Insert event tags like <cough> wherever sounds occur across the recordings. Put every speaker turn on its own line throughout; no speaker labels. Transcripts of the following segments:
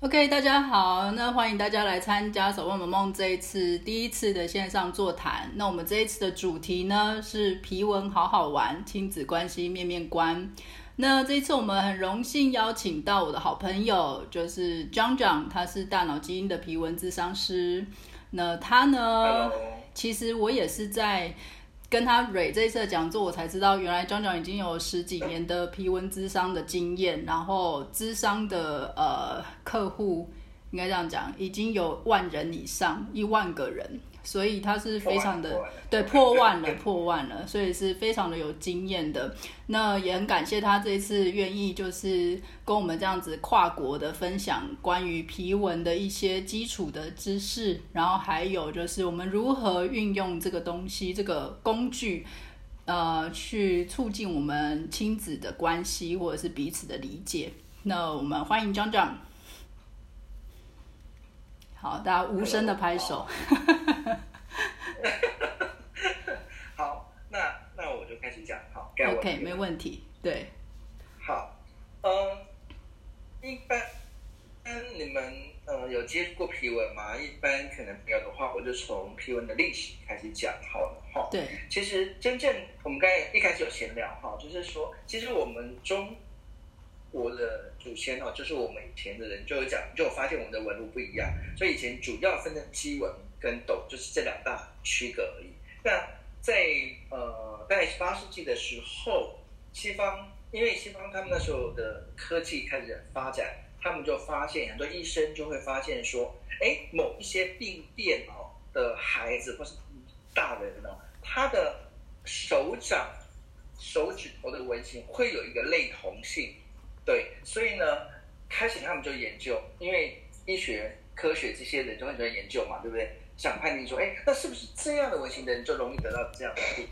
OK，大家好，那欢迎大家来参加《守望萌梦》这一次第一次的线上座谈。那我们这一次的主题呢是皮纹好好玩，亲子关系面面观。那这一次我们很荣幸邀请到我的好朋友，就是 John John，他是大脑基因的皮纹咨商师。那他呢呃
Hello
其实我也是在跟他蕊这一次的讲座，我才知道原来 John John 已经有十几年的皮纹咨商的经验，然后咨商的呃客户应该这样讲，已经有万人以上，一万个人，所以他是非常的
破万了
对破万了， <laughs> 破万了，所以是非常的有经验的。那也很感谢他这一次愿意就是跟我们这样子跨国的分享关于皮纹的一些基础的知识，然后还有就是我们如何运用这个东西这个工具。呃，去促进我们亲子的关系，或者是彼此的理解。那我们欢迎张张。好，大家无声的拍手。
好，那那我就开始讲。好该我
OK，
了
没问题。对，
好，嗯，一般，嗯，你们呃有接触过皮纹吗？一般可能没有的话，我就从皮纹的历史开始讲好了哈。
对，
其实真正我们刚才一开始有闲聊哈，就是说，其实我们中国的祖先哦，就是我们以前的人就有讲，就有发现我们的纹路不一样，所以以前主要分成箕纹跟斗，就是这两大区隔而已。那在呃，在十八世纪的时候，西方因为西方他们那时候的科技开始发展，他们就发现很多医生就会发现说，哎，某一些病变哦的孩子或是大人哦呢，他的手掌、手指头的纹型会有一个类同性，对，所以呢，开始他们就研究，因为医学、科学这些人就很喜欢研究嘛，对不对？想判定说，哎，那是不是这样的纹型的人就容易得到这样的病？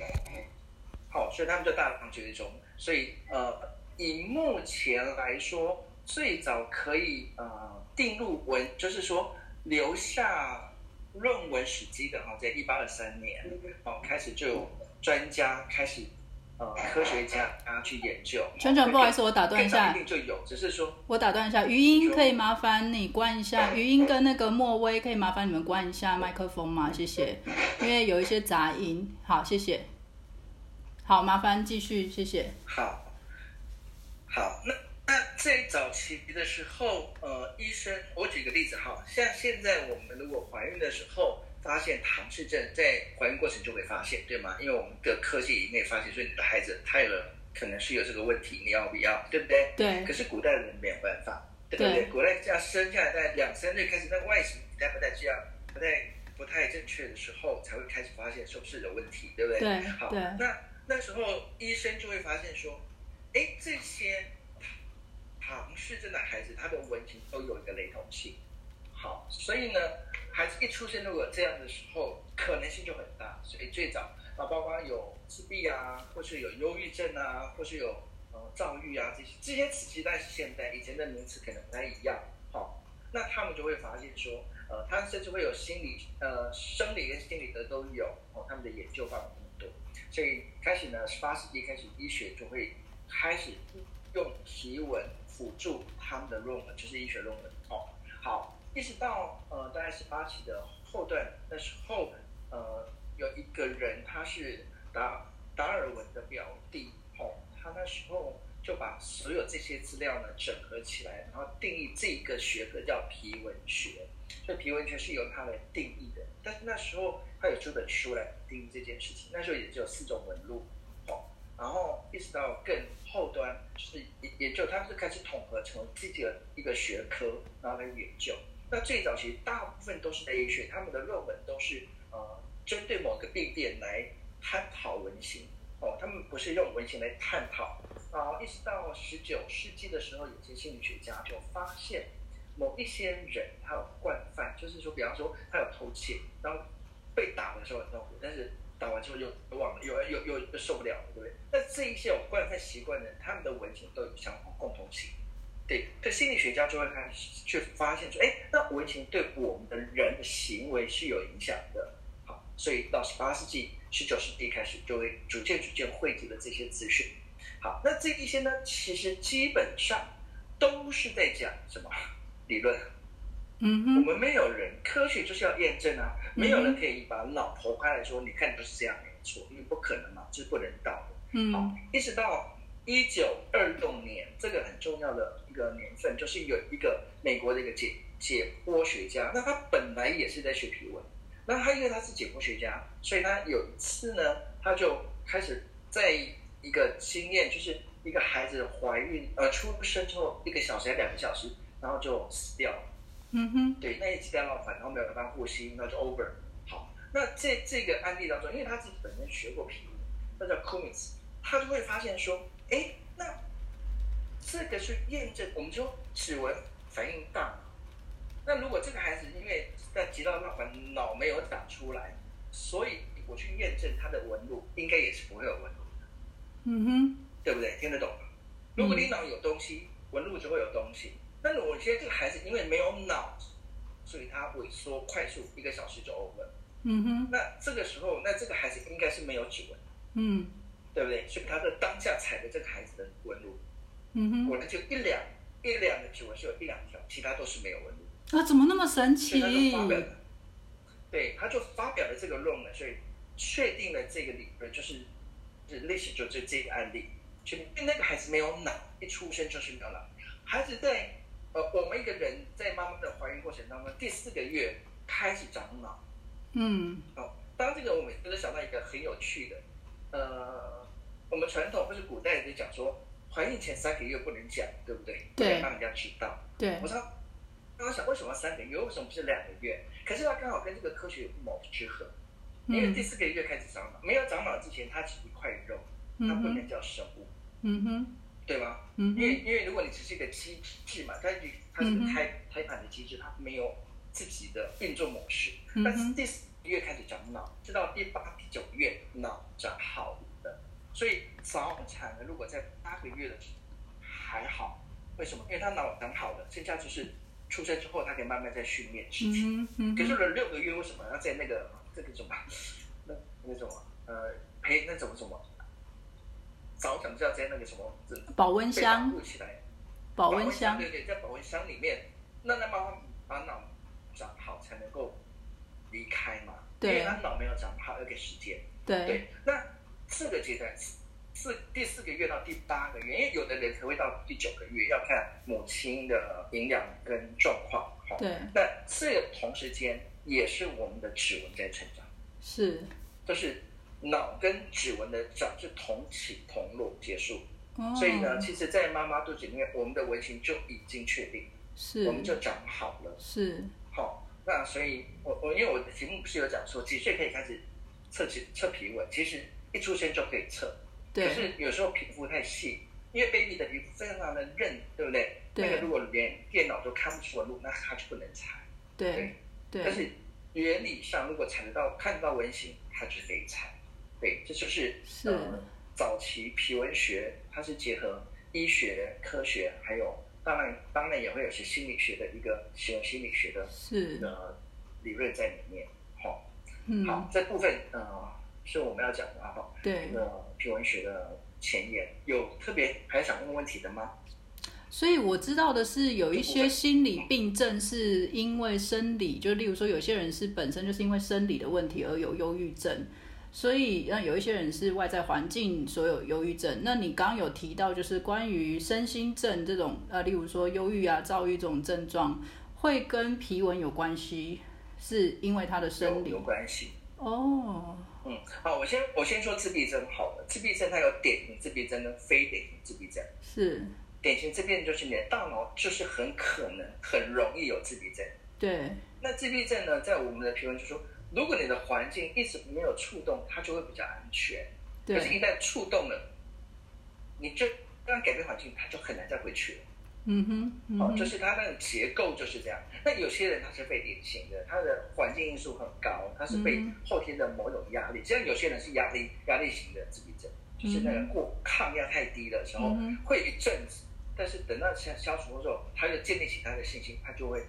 好，所以他们就大量追踪。所以呃，以目前来说，最早可以呃定入文，就是说留下论文史迹的哈，在一八二三年哦开始就有专家开始呃科学家啊去研究。
全全，不好意思，我打断
更
一
早一
下，
定就有，只是说
我打断一下，余音可以麻烦你关一下，余音跟那个莫威可以麻烦你们关一下麦克风吗？谢谢，因为有一些杂音。好，谢谢。好，麻烦继续，谢谢。
好，好，那那在早期的时候，呃，医生，我举个例子哈，像现在我们如果怀孕的时候发现唐氏症，在怀孕过程就会发现，对吗？因为我们的科技已经发现，所以你的孩子他有了可能是有这个问题，你要不要，对不对？
对
可是古代人没有办法，对不对？
对
古代这样生下来在两三岁开始，那外形不太不太这样，不太不太正确的时候，才会开始发现是不是有问题，对不对？
对
好，
对
那那时候医生就会发现说，哎，这些唐氏症的孩子，他的文型都有一个雷同性。好，所以呢，孩子一出生如果这样的时候，可能性就很大。所以最早啊，包括有自闭啊，或是有忧郁症啊，或是有呃躁郁啊这些这些词，其实是现在以前的名词可能不太一样。好，那他们就会发现说，呃，他甚至会有心理呃生理跟心理的都有哦，他们的研究范围很多。所以开始呢，十八世纪开始，医学就会开始用皮纹辅助他们的论文，就是医学论文哦。好，一直到呃大概十八期的后段，那时候呃有一个人他是达达尔文的表弟哦，他那时候就把所有这些资料呢整合起来，然后定义这个学科叫皮纹学。所以皮纹学是由它来定义的。但是那时候他有出本书来定义这件事情，那时候也只有四种纹路，哦，然后一直到更后端，就是研研究，他是开始统合成为自己的一个学科，然后来研究。那最早其实大部分都是在医学，他们的论文都是呃针对某个病变来探讨文型，哦，他们不是用文型来探讨。啊，一直到十九世纪的时候，有些心理学家就发现某一些人他有惯犯，就是说，比方说他有偷窃，然后被打的时候很痛苦，但是打完之后又又忘了，又又又又受不了了，对不对？那这一些有惯犯习惯的人，他们的文型都有相同共同性。对，对，心理学家就会开始去发现说，哎，那文型对我们的人的呃行为是有影响的。好，所以到十八世纪、十九世纪开始，就会逐渐逐渐汇集了这些资讯。好，那这一些呢，其实基本上都是在讲什么？理论，
嗯
我
哼，
们没有人，科学就是要验证啊，没有人可以把脑剖开来说，你看就是这样没有错，因为不可能嘛，这是不人道的。好
嗯，
一直到一九二六年，这个很重要的一个年份，就是有一个美国的一个解解剖学家，那他本来也是在学皮纹，那他因为他是解剖学家，所以他有一次呢，他就开始在一个经验，就是一个孩子怀孕呃出生之后一个小时还两个小时，然后就死掉了。
嗯哼，
对，那一次干到反，然后没有办法呼吸，那就 over。好，那这这个案例当中，因为他自己本身学过皮肤，那叫 Cummins，他就会发现说，哎，那这个是验证，我们说指纹反应大脑。那如果这个孩子因为在极到脑反脑没有长出来，所以我去验证他的纹路，应该也是不会有纹路。
嗯哼，
对不对？听得懂吗？如果你脑有东西，纹路就会有东西。但是我觉得这个孩子因为没有脑，所以他萎缩快速，一个小时就 over。
嗯哼，
那这个时候，那这个孩子应该是没有指纹，
嗯，
对不对？所以他在当下踩的这个孩子的纹路，
嗯哼，
果然就一两一两个指纹是有一两条，其他都是没有纹路。
啊，怎么那么神
所以
奇
他？就发表了，对，他就发表了这个论文，所以确定了这个理论，就是就是类似就这这个案例，就因为那个孩子没有脑，一出生就是没有脑，孩子在呃我们一个人在妈妈的怀孕过程当中，第四个月开始长脑。
嗯
好，当这个我们就是想到一个很有趣的，呃，我们传统或是古代就讲说，怀孕前三个月不能讲，对不对？
对
不能让人家知道。
对
我，知道，刚刚想为什么要三个月，为什么不是两个月？可是它刚好跟这个科学有谋之合，因为
嗯
第四个月开始长脑，没有长脑之前它只是一块肉，它
嗯
不
哼，
能叫生物，
嗯哼，
对吗？
嗯
因为
哼，
因为如果你只是一个机制嘛，它是它是
嗯
个
哼
胎胎盘的机制，它没有自己的运作模式。
嗯
但是
哼，
第四个月开始长脑，直到第八、第九个月脑长好的，所以早产的如果在八个月的时候还好，为什么？因为他脑长好的，剩下就是出生之后他可以慢慢再训练事情。
嗯哼，嗯
可是
哼，
了六个月为什么要在那个这个什么 <laughs> 那那种呃陪那种什么早产是要在那个什么这
保温
被保
箱，
护起来？
保温箱，
对对，在保温箱里面，那那妈妈把脑长好才能够离开嘛，
对
因为他脑没有长好要给时间。
对，
对，那这个阶段四第四个月到第八个月，因为有的人可能会到第九个月，要看母亲的营养跟状况。好，
对，
那这个同时间也是我们的指纹在成长，
是，
就是脑跟指纹的长是同起同落结束。
哦，
所以呢，其实，在妈妈肚子里面，我们的纹型就已经确定，我
是，
们就长好了。
是，
好，那所以我我因为我的题目不是有讲说几岁可以开始测皮测皮纹，其实一出生就可以测，可
对，
是有时候皮肤太细，因为 baby 的皮肤非常的韧，对不对？
对
那个如果连电脑都看不出纹路，那它就不能裁。
对，
但
对，
是原理上，如果踩得到看得到纹型，它就可以裁。对，这就是
是
呃、早期皮纹学，它是结合医学、科学，还有当然当然也会有些心理学的一个行为心理学的
是，
的理论在里面。好、
嗯
好，，这部分呃是我们要讲的啊。哈
对
这。个皮文学的前沿，有特别还想问问题的吗？
所以我知道的是，有一些心理
嗯
病症是因为生理，就例如说，有些人是本身就是因为生理的问题而有忧郁症，所以那有一些人是外在环境所有忧郁症。那你刚刚有提到，就是关于身心症这种，呃，例如说忧郁啊、躁郁这种症状，会跟皮纹有关系，是因为他的
有
生理
有关系。
哦，
嗯，好，我先我先说自闭症好了。自闭症它有典型自闭症跟非典型自闭症。
是，
典型自闭症就是你的大脑就是很可能很容易有自闭症。
对，
那自闭症呢，在我们的评论就说，如果你的环境一直没有触动，它就会比较安全。可是，
对，
一旦触动了，你就让改变环境，它就很难再回去了。
嗯哼，嗯
哦，
哼，
就是它那个结构就是这样。那有些人他是非典型的，他的环境因素很高，他是被
嗯
后天的某种压力。像有些人是压力压力型的自闭症，就是那个
嗯
过抗压太低的时候，
嗯
会一阵子，但是等到消消除之后，他又建立起他的信心，他就会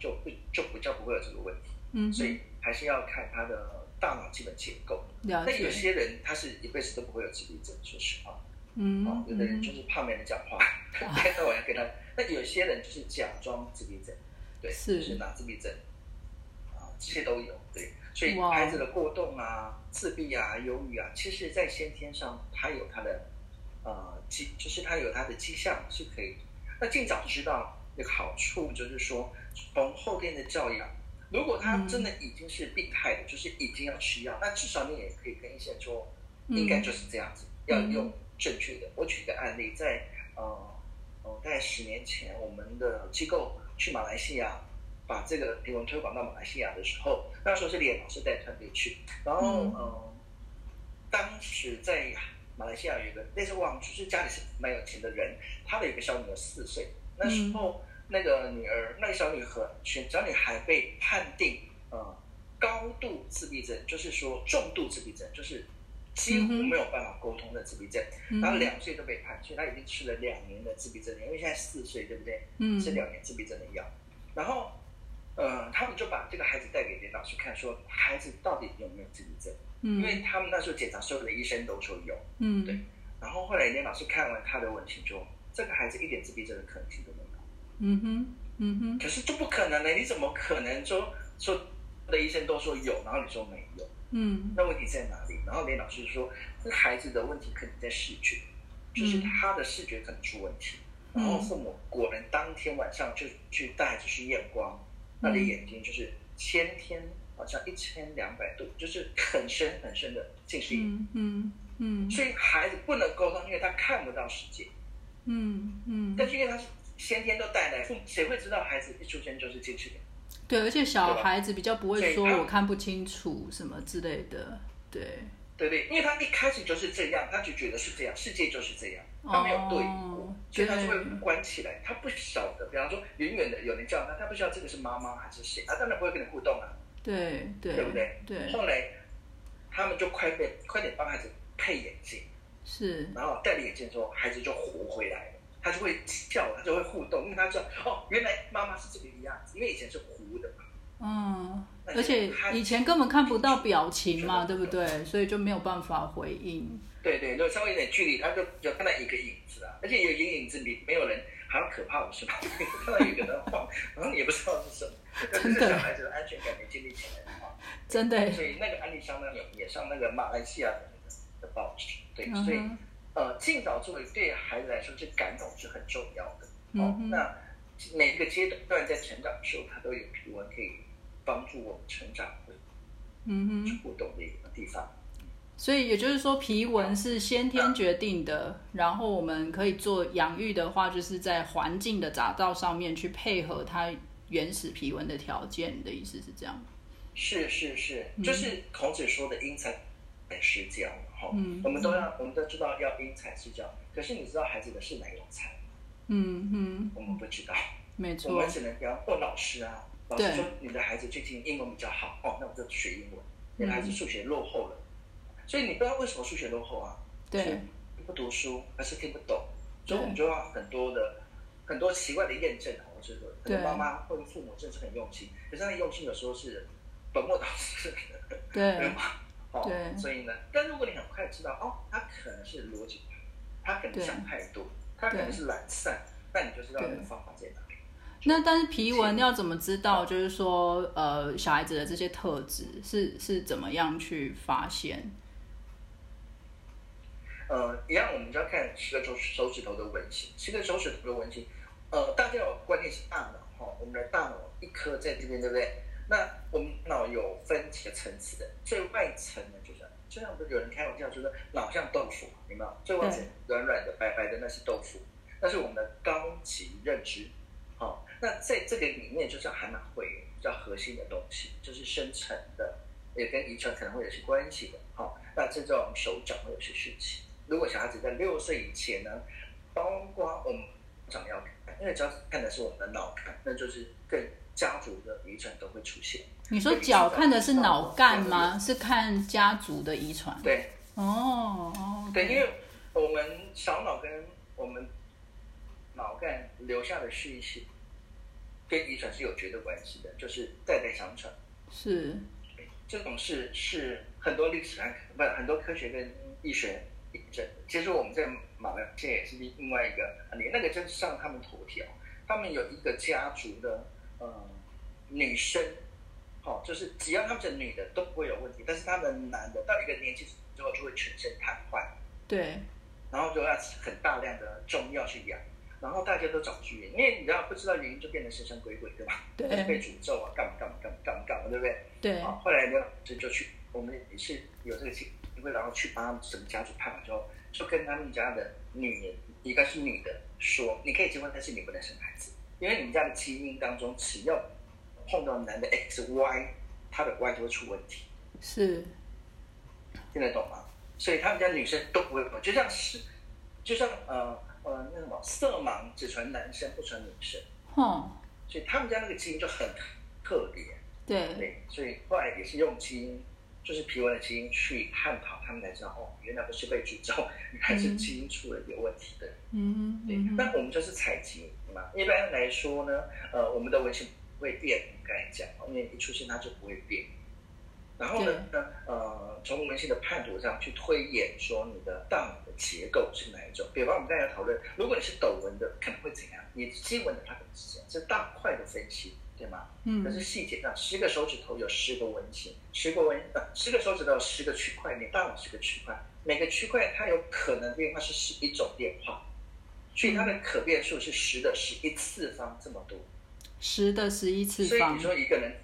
就不就比较不会有这个问题。
嗯
所
哼，
以还是要看他的大脑基本结构。
了
那有
解，
些人他是一辈子都不会有自闭症，说实话。
嗯
哦，有的
嗯
人 <laughs> 就是怕没人讲话，天到晚要跟他。那有些人就是假装自闭症，对，
是
就是拿自闭症啊，这些都有，对，所以
哇
孩子的过动啊、自闭啊、忧郁啊，其实在先天上他有他的呃迹，就是他有他的迹象是可以。那尽早知道的好处就是说，从后天的教养，如果他
嗯
真的已经是病态的，就是已经要吃药，那至少你也可以跟医生说，
嗯
应该就是这样子，要
嗯
用正确的。我举个案例，在呃呃，大概十年前，我们的机构去马来西亚，把这个平文推广到马来西亚的时候，那时候是李岩老师带团队去，然后
嗯
嗯、呃当时在马来西亚有一个类似望族，就是家里是蛮有钱的人，他的一个小女儿四岁，那时候那个女儿，那个小女孩，小女孩被判定呃高度自闭症，就是说重度自闭症，就是几乎
嗯哼
没有办法沟通的自闭症。
嗯
然后两岁就被判，所以他已经吃了两年的自闭症的药，因为现在四岁，对不对？
嗯
吃两年自闭症的药。然后，呃，他们就把这个孩子带给连老师看，说孩子到底有没有自闭症？因为
嗯
他们那时候检查所有的医生都说有。
嗯
对然后后来连老师看完他的文情说，这个孩子一点自闭症的可能性都没有。
嗯哼嗯哼
可是这不可能呢？你怎么可能说说的医生都说有，然后你说没有？
嗯
那问题在哪里？然后连老师就说，这孩子的问题可能在视觉，就是
嗯
他的视觉可能出问题。
嗯
然后父母果然当天晚上就去带孩子去验光，
嗯
他的眼睛就是先天好像一千两百度，就是很深很深的近视眼，
嗯嗯嗯
所以孩子不能沟通，因为他看不到世界。
嗯嗯，
但是因为他是先天都带来，父母谁会知道孩子一出生就是近视眼？
对，而且
对
小
吧
孩子比较不会说
所以他
我看不清楚什么之类的，对，
对不对？因为他一开始就是这样，他就觉得是这样，世界就是这样，他没有对比过，
哦
所以他就会
对
关起来，他不晓得。比方说，远远的有人叫他，他不知道这个是妈妈还是谁，他当然不会跟你互动啊。
对对
对不对
对
后来他们就快被快点帮孩子配眼镜，
是，
然后戴了眼镜之后，孩子就活回来了。他就会笑，他就会互动，因为他知道哦，原来妈妈是这个样子，因为以前是糊的嘛。
嗯，
那
而且
他
以前根本看不到表情嘛，
觉
对
得
不对？所以就没有办法回应，
对对，如果稍微有点距离，他就就看到一个影子啊，而且有一个影子里没有人，好像可怕不是吗？ <laughs> 看到有一个人在晃， <laughs> 然后也不知道是什
<laughs>
么，
真的
这个小孩子的安全感没建立起来的话，
真的耶，
所以那个案例相当有也上那个马来西亚的那个的报纸，对，
嗯
所以
哼，
呃，尽早作为对孩子来说，这感统是很重要的。哦
嗯，哼，
那每一个阶段在成长的时候，他都有皮纹可以帮助我们成长
嗯哼，
互动的一个地方。
所以也就是说，皮纹是先天决定的，然后我们可以做养育的话，就是在环境的打造上面去配合它原始皮纹的条件，你的意思是这样吗？
是是是，
嗯
就是孔子说的因材施教嘛，哈、
嗯
我们都要，我们都知道要因材施教，可是你知道孩子的是哪种材？
嗯哼，
我们不知道，
没
我
错
们，只能比方问老师啊，老师
对
说你的孩子最近英文比较好，哦，那我就学英文，你的孩
嗯
子数学落后了，所以你不知道为什么数学落后啊，
<laughs> 对，，
不读书还是听不懂，所
对
以我们就要很多的很多奇怪的验证啊，我觉得可能
对
妈妈或者父母真的是很用心，可是那个用心有时候是本末倒置。
对
人，
<laughs>
嘛，哦，
对
所以呢，但如果你很快知道，哦，他可能是逻辑，他可能
对
想太多，他可能
对
是懒散，那你就知道
对
你的方法在哪里。
那但是皮纹要怎么知道？就是说，呃，小孩子的这些特质是是怎么样去发现？
呃，一样，我们就要看十个手手指头的纹型，十个手指头的纹型，呃，大家有观念是大脑哈、我们的大脑一颗在这边，对不对？那我们脑有分几个层次的，最外层呢就是，就像不是有人开玩笑就说脑像豆腐，有没有？最外层软软的、白白的那是豆腐，那是我们的高级认知。好、那在这个里面就是还蛮会比较核心的东西，就是深层的，也跟遗传可能会有些关系的。好、那这在我们手掌会有些事情。如果小孩子在六岁以前呢，包括我们长要看，因为只要看的是我们的脑看，那就是更家族的遗传都会出现。
你说脚看的是脑干吗？是看家族的遗传？
对，
哦，哦
对，因为我们小脑跟我们脑干留下的是一些跟遗传是有绝对关系的，就是代代相传。
是，
这种事是很多历史上不很多科学跟医学验证的。其实我们在马来西亚也是另外一个案例，那个真是让他们头条。他们有一个家族的呃女生，好、就是只要他们是女的都不会有问题，但是他们男的到一个年纪之后就会全身瘫痪，
对，
然后就要很大量的中药去养，然后大家都找不出原因，因为你知道不知道原因就变得神神鬼鬼，对吧？
对
被诅咒啊，干嘛干嘛干嘛干嘛干嘛，对不对？
对，
啊，后来呢，就就去，我们也是有这个机会，然后去帮他们整个家族看完之后，就跟他们家的女人，一个是女的说，你可以结婚，但是你不能生孩子，因为你们家的基因当中，只要碰到男的 X Y，他的 Y 就会出问题，
是，
听得懂吗？所以他们家女生都不会碰，就像是，就像呃呃那什么色盲只传男生不传女生，
哼，
所以他们家那个基因就很特别。
对，
对，所以后来也是用基因，就是皮纹的基因去探讨，他们才知道哦，原来不是被诅咒， <laughs> 原来是基因出了一个问题的。
嗯
对，
嗯
那我们就是采集嘛。一般来说呢，呃，我们的文型不会变，应该讲，哦因为一出现它就不会变。然后呢，呃，从文型的判读上去推演说你的大脑的结构是哪一种。比方我们刚才讨论，如果你是斗纹的，可能会怎样？你细纹的它可能是这样，这是大块的分析，对吗？可是
嗯，
细节上，十个手指头有十个纹型，十个纹呃，十个手指头有十个区块，你大脑是个区块，每个区块它有可能变化是十一种变化，所以它
嗯
的可变数是十的十一次方这么多。
十的十一次
所以
方
你，说一个人，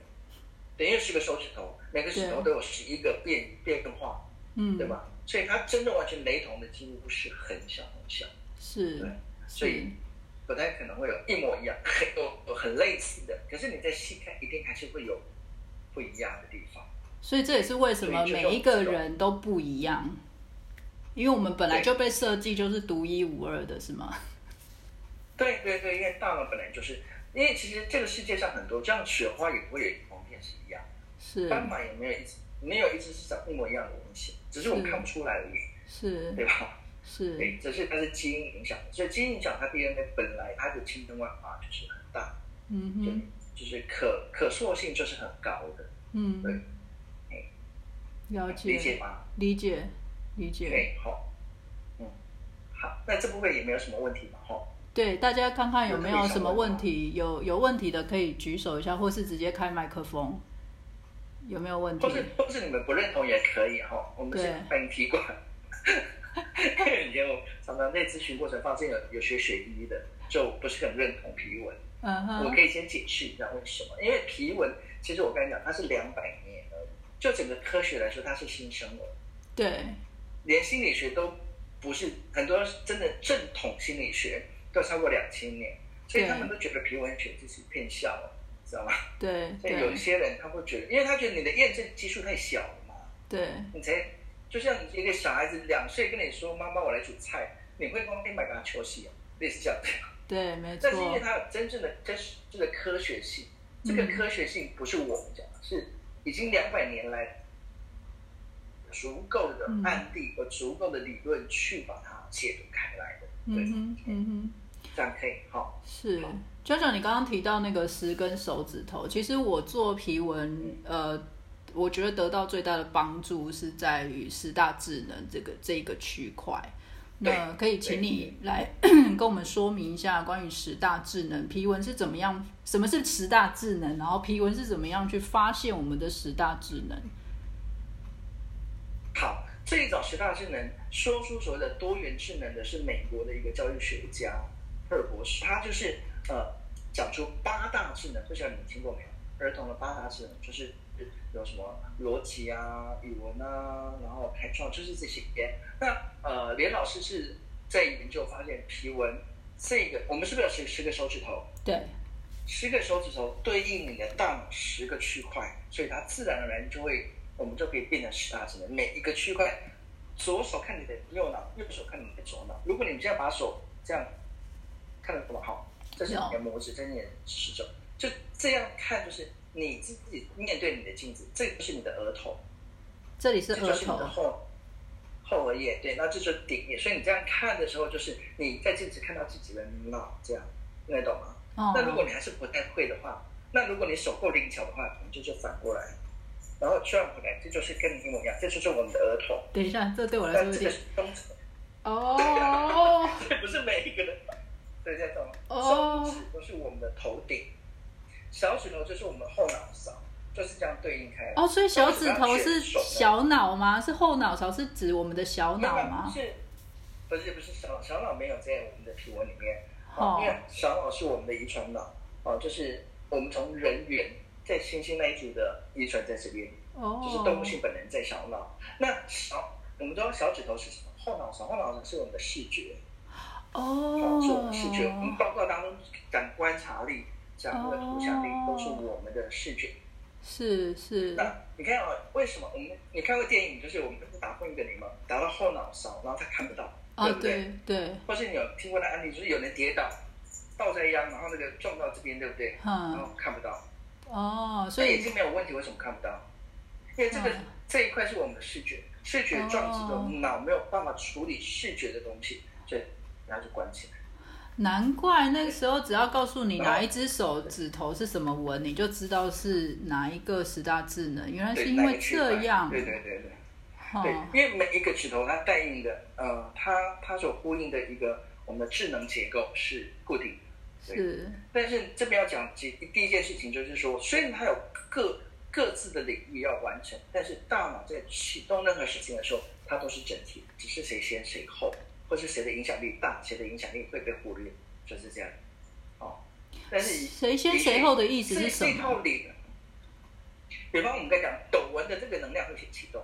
等于十个手指头，每个指头
对
都有十一个变变化，
嗯
对，吧？所以它真的完全雷同的几乎是很小很小，
是
对，所
是
以，不太可能会有一模一样，很有有很类似的，可是你在细看一定还是会有不一样的地方。
所以这也是为什么
对就
每一个人都不一样，因为我们本来
对
就被设计就是独一无二的，是吗？
对对对，因为大脑本来就是，因为其实这个世界上很多，就像雪花也不会有一红片是一样，
是
斑马也没有一只没有一只是长一模一样的纹型，只是我
是
看不出来而已，
是
对吧？
是，
对，只是它是基因影响的，所以基因影响它 DNA 本来它的千变万化就是很大，
嗯
就、
哼，
就是可可塑性就是很高的，对
嗯，
哎
了
理解
解，
吗？
理解，理解。
对，好，嗯，好，那这部分也没有什么问题嘛，哈。
对，大家看看有
有
没
特别
有
想
什么
问
问
吗
题，有有问题的可以举手一下，或是直接开麦克风。有没有问题
或？是或是你们不认同也可以哈，我们是
对
欢迎提问。因为以前我常常在咨询过程发现有有学学医的就不是很认同皮纹，
嗯
我
哼，
可以先解释一下为什么？因为皮纹其实我跟你讲，它是两百年而已，就整个科学来说，它是新生儿，
对，
连心理学都不是很多真的正统心理学都超过两千年，所以他们都觉得皮纹学就是骗笑了，知道吗？
对，
所以有一
对，
些人他会觉得，因为他觉得你的验证基数太小了嘛。
对，
你才就像一个小孩子两岁跟你说“妈妈，我来煮菜”，你会光天白给他求戏啊，类似这样。
对，没
但是因
错嗯
为，它有真正的、真实的科学性，这个科学性不是我们讲的，是已经两百年来足够的
嗯
案例和足够的理论去把它解读开来的。
嗯
对，
哼，嗯哼。
这样可以好。
是，娟娟，你刚刚提到那个十根手指头，其实我做皮纹，呃，我觉得得到最大的帮助是在于十大智能这个这个区块。那可以请你来 <clears throat> 跟我们说明一下关于十大智能皮纹是怎么样，什么是十大智能，然后皮纹是怎么样去发现我们的十大智能？
好，最早十大智能说出所谓的多元智能的是美国的一个教育学家赫尔博士，他就是呃讲出八大智能，不知道你们听过没有？儿童的八大智能就是有什么逻辑啊、语文啊，然后开创就是这些。那呃，连老师是在研究发现皮纹这个，我们是不是有十十个手指头？
对，
十个手指头对应你的大脑十个区块，所以它自然而然就会，我们就可以变成十大智能。每一个区块，左手看你的右脑，右手看你的左脑。如果你们现在把手这样看得懂吗？好，这是你的拇指，这是你的食指，就这样看，就是你自己面对你的镜子，这就是你的额头，
这里是
这
额
就是你
头
的，后后额叶，对，那这就是顶叶。所以你这样看的时候，就是你在镜子看到自己的脑，这样，听得懂吗？
哦，
那如果你还是不太会的话，那如果你手够灵巧的话，可能就就反过来，然后转回来，这就是跟你一模一样，这就是我们的额头。
等一下，这对我来
但
说有
这个
点
是中指，
哦，
这不是每一个人，对，这种
哦
手指都是我们的头顶，小指头就是我们后脑勺，就是这样对应开来。
哦，所以小指头是小脑吗？是后脑勺是指我们的小
没有
脑
没有
吗？
是，不是不是小小脑没有在我们的皮纹里面，
哦
哦，因为小脑是我们的遗传脑，哦，就是我们从人猿在猩猩那一组的遗传在这边，
哦，
就是动物性本能在小脑。那小我们知道小指头是什么？后脑勺，后脑勺是我们的视觉，哦，是我们
哦，
视觉，我们报告当中感观察力、讲那个图像力
哦
都是我们的视觉。
是是，
那你看啊，为什么我们你看过电影，就是我们不是打混一个人吗？打到后脑勺，然后他看不到，
啊，
不对？
对对，
或是你有听过的案例，就是有人跌倒，倒栽秧，然后那个撞到这边，对不对？然
嗯，
后看不到，
哦，所
那眼
以
睛没有问题，为什么看不到？因为这个、
嗯
这一块是我们的视觉，视觉撞击的
哦
脑没有办法处理视觉的东西，所以然后就关起来。
难怪那个时候只要告诉你
然后
哪一只手指头是什么纹，你就知道是哪一个十大智能。原来
对，
是因
哪
为
个区
这
块
样，
对对对对。
哦
对，因为每一个指头它对应的，呃，它它所呼应的一个我们的智能结构是固定的。对
是
但是这边要讲第第一件事情，就是说，虽然它有各各自的领域要完成，但是大脑在启动任何事情的时候，它都是整体，只是谁先谁后，或是谁的影响力大，谁的影响力会被忽略，就是这样。哦，但是
谁先谁后的意思
这
是
是
什
一套
么？
理论。比方我们刚讲抖纹的这个能量会先启动，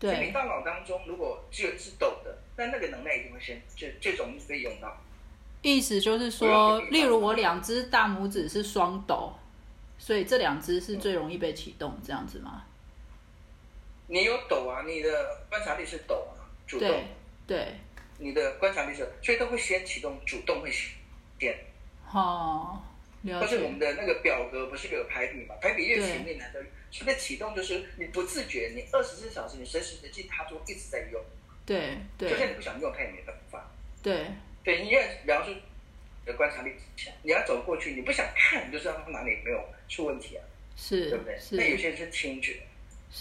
所以你
对，
大脑当中如果只有一只抖的，那那个能量一定会先最最容易被用到。
意思就是说，例如我两只大拇指是双抖，所以这两只是最容易被启动，这样子吗？
你有抖啊，你的观察力是抖啊，主动
对。对，
你的观察力是，所以都会先启动，主动会先。
哦，了
或是我们
解，
的那个表格不是有排比嘛？排比越前面的，所谓的启动就是你不自觉，你二十四小时你随时随地它都一直在用，
对
就算
对
你不想用，它也没办法。
对，
对，你也比方说你的观察力强，你要走过去，你不想看，你就知道它哪里没有出问题啊，对
是
不对？那有
是
些人是听觉，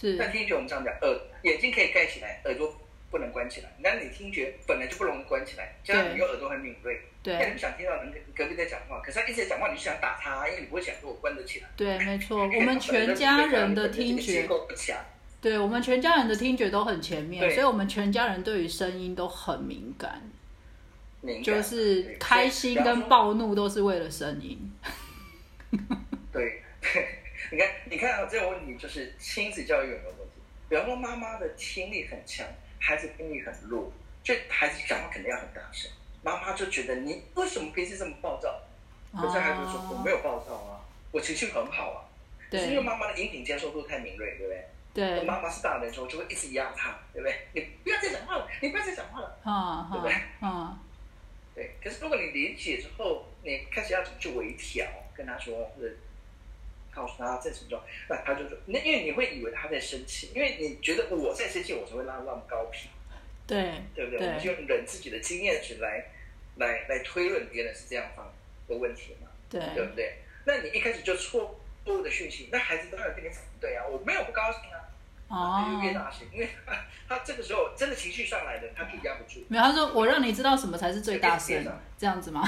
那
是，
听觉我们这样讲，耳眼睛可以盖起来，耳朵不能关起来。那你听觉本来就不容易关起来，加上你又耳朵很敏锐。那你
对
不想听到人隔壁在讲话，可是他一直在讲话，你就想打他，因为你不会想说我关得起来。
对，没错，我们全家人的听觉
结。构不强，
对我们全家人的听觉都很前面，
对
所以我们全家人对于声音都很敏感，
敏感
就是开心跟。暴怒都是为了声音。
对，对 <laughs> 你看，你看啊，这个问题就是亲子教育有没有问题？比方说妈妈的听力很强，孩子听力很弱，就孩子讲话肯定要很大声，妈妈就觉得你为什么平时这么暴躁？可是孩子说我没有暴躁啊，我情绪很好啊，是因为
对
妈妈的音频接受度太敏锐，对不对？
对，
妈妈是大人的时候，就会一直压他，对不对？你不要再讲话了，你不要再讲话了。
嗯
对
嗯
不对
嗯，
对，可是如果你理解之后，你开始要怎么去微调，跟他说，或者告诉他在什么状态，那他就说，那因为你会以为他在生气，因为你觉得我在生气，我才会让让高频，
对
对不对？
对
我们就用人自己的经验值来来来推论别人是这样方的问题嘛，对
对
不对？那你一开始就错错误的讯息，那孩子当然跟你反对啊，我没有不高兴啊，
哦
他就。越大声，因为他他这个时候真的情绪上来了，他就压不住。
没有，他说我让你知道什么才是最大声
对对对，
这样
<laughs>
子吗？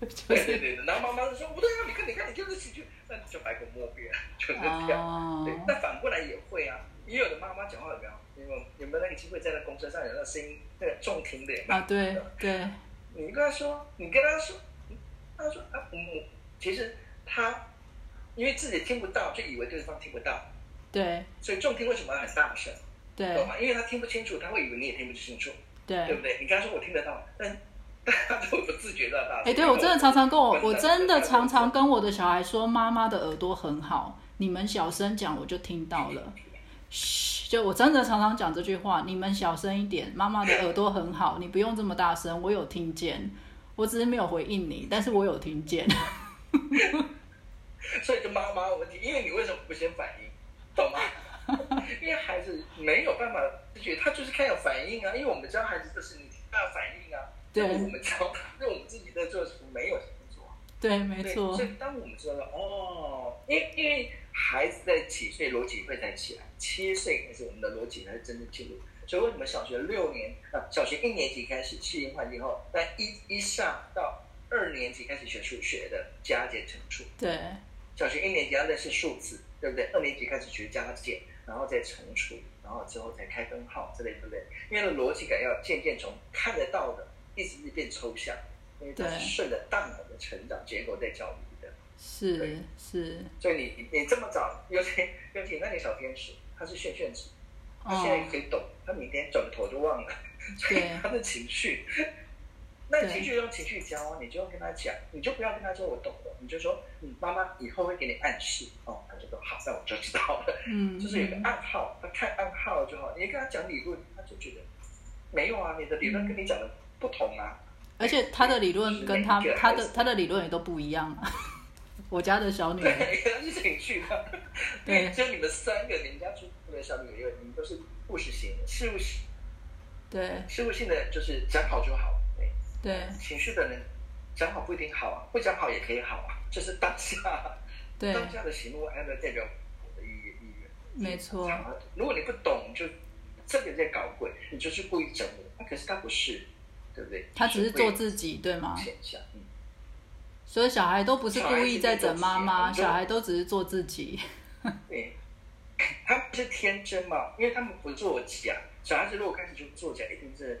就
对对
是
对对，然后妈妈就说不对啊，你看你看你就是情绪，那你就百口莫辩，啊 <laughs> 就是这样。
哦
对，那反过来也会啊，也有的妈妈讲话有没有？你有有没有那个机会在那公车上有那声音那个重听的有没有
啊，对对
你跟他说，你跟他说，他说啊，嗯，其实他因为自己听不到，就以为对方听不到，
对
所以重听为什么很大声？懂
对
吗？因为他听不清楚，他会以为你也听不清楚。对
对
不。对？你刚刚说我听得到，但 <laughs> 但他都不自觉的大声。
哎，对我真的常常跟我，
因为
我真的常常跟我的小孩说，妈妈的耳朵很好，你们小声讲我就听到了。嘘，就我真的常常讲这句话，你们小声一点，妈妈的耳朵很好，你不用这么大声，我有听见，我只是没有回应你，但是我有听见。 <laughs>
所以就妈妈的问题，因为你为什么不先反应，懂吗？ <laughs> 因为孩子没有办法自觉，他就是看有反应啊。因为我们教孩子就是你听他的反应啊，
对
那我们教他，那我们自己在做的时候没有什么做。
对，没
对
错
所，以当我们知道哦，因为因为孩子在几岁逻辑会才起来，七岁开始我们的逻辑才是真正进入。所以为什么小学六年啊，小学一年级开始适应环境后，那一一上到二年级开始学数学的加减乘除，
对
小学一年级要认识数字，对不对？二年级开始学加减，然后再乘除，然后之后再开根号之类，对不对？因为逻辑感要渐渐从看得到的，一直是变抽象，因为它
对
是顺着大脑的成长结构在教育的。
是
对
是，
所以你你这么早，尤其尤其那个小天使，他是炫炫子，他现
哦
在，可以懂，他明天转头就忘了，所以 <laughs>
对
他的情绪，那
对
情绪用情绪教啊，你就跟他讲，你就不要跟他说我懂了，你就说嗯，妈妈以后会给你暗示哦，他就说好，那我就知道了，
嗯，
<laughs> 就是有个
嗯
暗号，他看暗号就好，你跟他讲理论，他就觉得没有啊，你的理论跟你讲的不同啊，
而且他的理论跟他
每一个
他
孩
的
子
他的理论也都不一样啊。我家的
<laughs>
小女
对
儿，，
他是情绪的。
嗯对
就 <laughs> 你们三个，人家出的小女儿，你们都是务实型的，事务性
对
事务性的就是讲好就好，对，
对
情绪的人讲好不一定好啊，不讲好也可以好啊，就是当下
对，
当下的喜怒哀乐代表我的意愿意愿，
没错，
如果你不懂，就这个在搞鬼，你就是故意整我，那可是他不是，对不对？
他只是做
己
自己，对吗？
现象，嗯，
所以小孩都不是故意在整妈妈，
小
小
孩
孩都只是做自己。
对，他们是天真嘛，因为他们不作假。小孩子如果开始就作假，一定是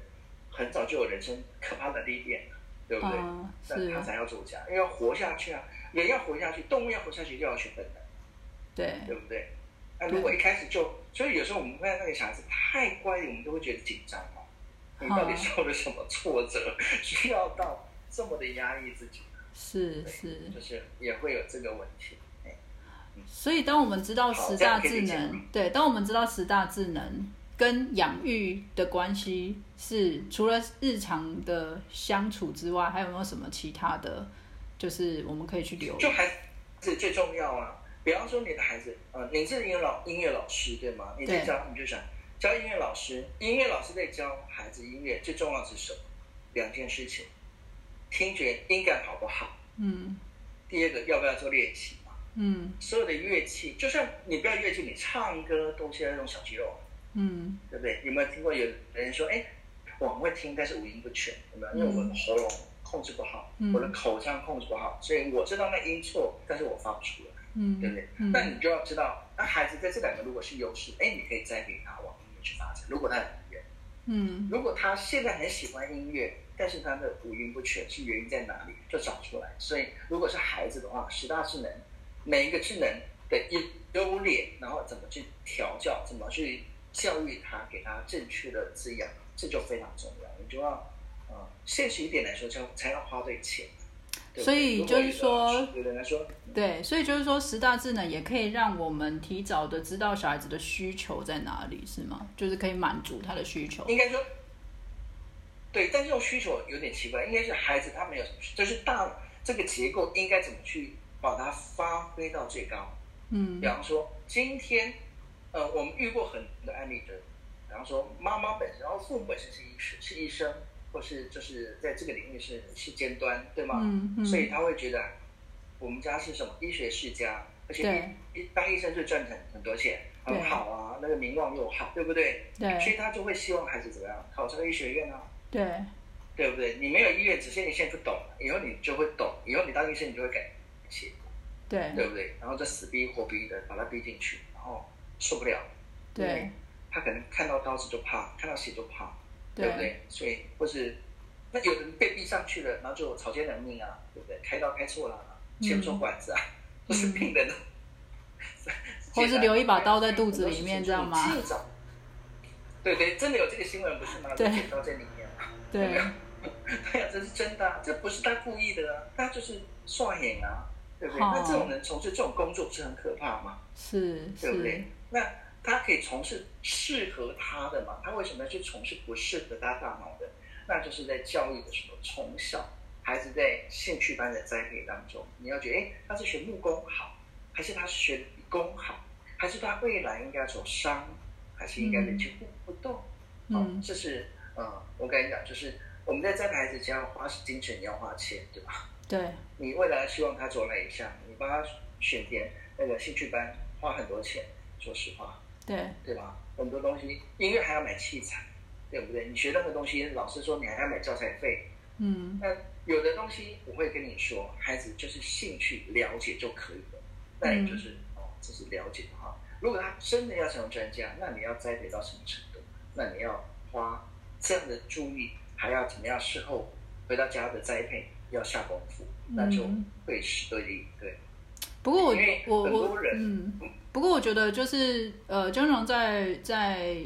很早就有人生可怕的历练了，对不对？
嗯，
那
是
他，才要作假，因为要活下去啊，人要活下去，动物要活下去就要学本能，
对
对不对？那如果一开始就，所以有时候我们看那个小孩子太乖，我们都会觉得紧张嘛。你到底受了什么挫折，需要到这么的压抑自己？
是是。
就是也会有这个问题。哎
所以，当我们知道十大智
好这样可以理
能，对，当我们知道十大智能跟养育的关系是除了日常的相处之外，还有没有什么其他的，就是我们可以去留意？
就孩子最重要啊！比方说你的孩子，呃，你是音乐老音乐老师对吗？你在
对
教，你就想教音乐老师，音乐老师在教孩子音乐，最重要是什么？两件事情：听觉音感好不好？
嗯
第二个要不要做练习嘛？
嗯
所有的乐器，就算你不要乐器，你唱歌都是要用小肌肉，
嗯，
对不对？有没有听过有人说，哎，我很会听，但是五音不全，有没有？因为我的喉咙控制不好，
嗯
我的口腔控制不好，所以我知道那音错，但是我发不出来。
嗯，
对不对？
嗯
那你就要知道，那孩子在这两个如果是优势，哎，你可以栽培他往音乐去发展。如果他很音乐，
嗯
如果他现在很喜欢音乐，但是他的五音不全是原因在哪里，就找出来。所以，如果是孩子的话，十大智能，每一个智能的优劣，然后怎么去调教，怎么去教育他，给他正确的滋养，这就非常重要。你就要，呃，现实一点来说，就才要花对钱。对不对
所以就是说，
如果有的来说，
对，所以就是说，十大智能也可以让我们提早的知道小孩子的需求在哪里，是吗？就是可以满足他的需求。
应该说，对，但这种需求有点奇怪，应该是孩子他没有什么需，就是大这个结构应该怎么去把它发挥到最高。
嗯
比方说，今天，呃，我们遇过很多案例的，比方说妈妈本身，然后父母本身是医师，是医生，或是就是在这个领域是是尖端，对吗？
嗯嗯
所以他会觉得我们家是什么医学世家，而且
对
医当医生就赚很很多钱，很
对
好啊，那个名望又好，对不对？所以
对
他就会希望孩子怎么样考这个医学院啊，
对
对不对？你没有医院，只是你现在不懂，以后你就会懂，以后你当医生你就会改写，对
对
不对？然后就死逼活逼的把他逼进去，然后受不了，
对
他可能看到刀子就怕，看到血就怕，对不
对
对？所以或是那有人被逼上去了，然后就草菅人命啊，对不对？开刀开错了啊，切不出管子啊，都是病人啊，
嗯 <laughs> 或是留一把刀在肚子里面这样
<laughs>
吗
尽早对对，真的有这个新闻不是吗？
对
剪刀在里面啊。
对，
对呀、 <laughs> 这是真的、啊，这不是他故意的啊，他就是刷眼啊，对不对？
好
那这种人从事这种工作不是很可怕吗？
是
对不对
是，？
那他可以从事适合他的嘛？他为什么要去从事不适合他大脑的？那就是在教育的时候，从小孩子在兴趣班的栽培当中，你要觉得，哎，他是学木工好，还是他是学理工好，还是他未来应该走商，还是应该
嗯
去互动？嗯，
嗯
这是呃，我跟你讲，就是我们在栽培孩子，只要花是精神，也要花钱，对吧？
对
你未来希望他走哪一项，你帮他选填那个兴趣班，花很多钱，说实话，
对
对吧？很多东西，音乐还要买器材，对不对？你学任何东西，老师说你还要买教材费。
嗯
那有的东西我会跟你说，孩子就是兴趣了解就可以了，那也就是哦，这是了解的哈。如果他真的要成为专家，那你要栽培到什么程度？那你要花这样的注意，还要怎么样？事后回到家的栽培要下功夫，那就会使得一对。
嗯不过我
因为
我
很多
我
人
嗯，不过我觉得就是呃，江荣在在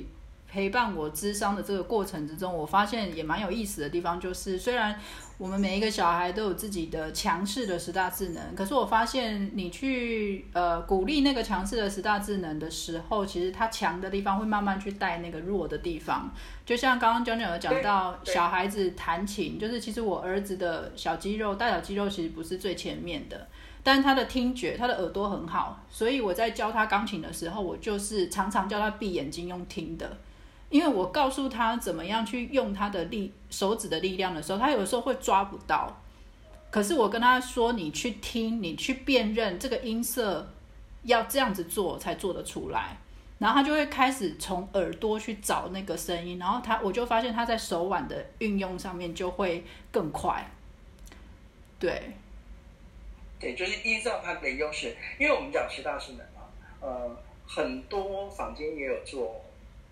陪伴我智商的这个过程之中，我发现也蛮有意思的地方，就是虽然我们每一个小孩都有自己的强势的十大智能，可是我发现你去呃鼓励那个强势的十大智能的时候，其实他强的地方会慢慢去带那个弱的地方。就像刚刚 j o n j o 有讲到
对对
小孩子弹琴，就是其实我儿子的小肌肉、大小肌肉其实不是最前面的，但他的听觉、他的耳朵很好，所以我在教他钢琴的时候，我就是常常叫他闭眼睛用听的。因为我告诉他怎么样去用他的力手指的力量的时候，他有时候会抓不到。可是我跟他说，你去听，你去辨认这个音色，要这样子做才做得出来。然后他就会开始从耳朵去找那个声音，然后他我就发现他在手腕的运用上面就会更快。对，
对，就是依照它的优势，因为我们讲十大智能啊，呃，很多坊间也有做，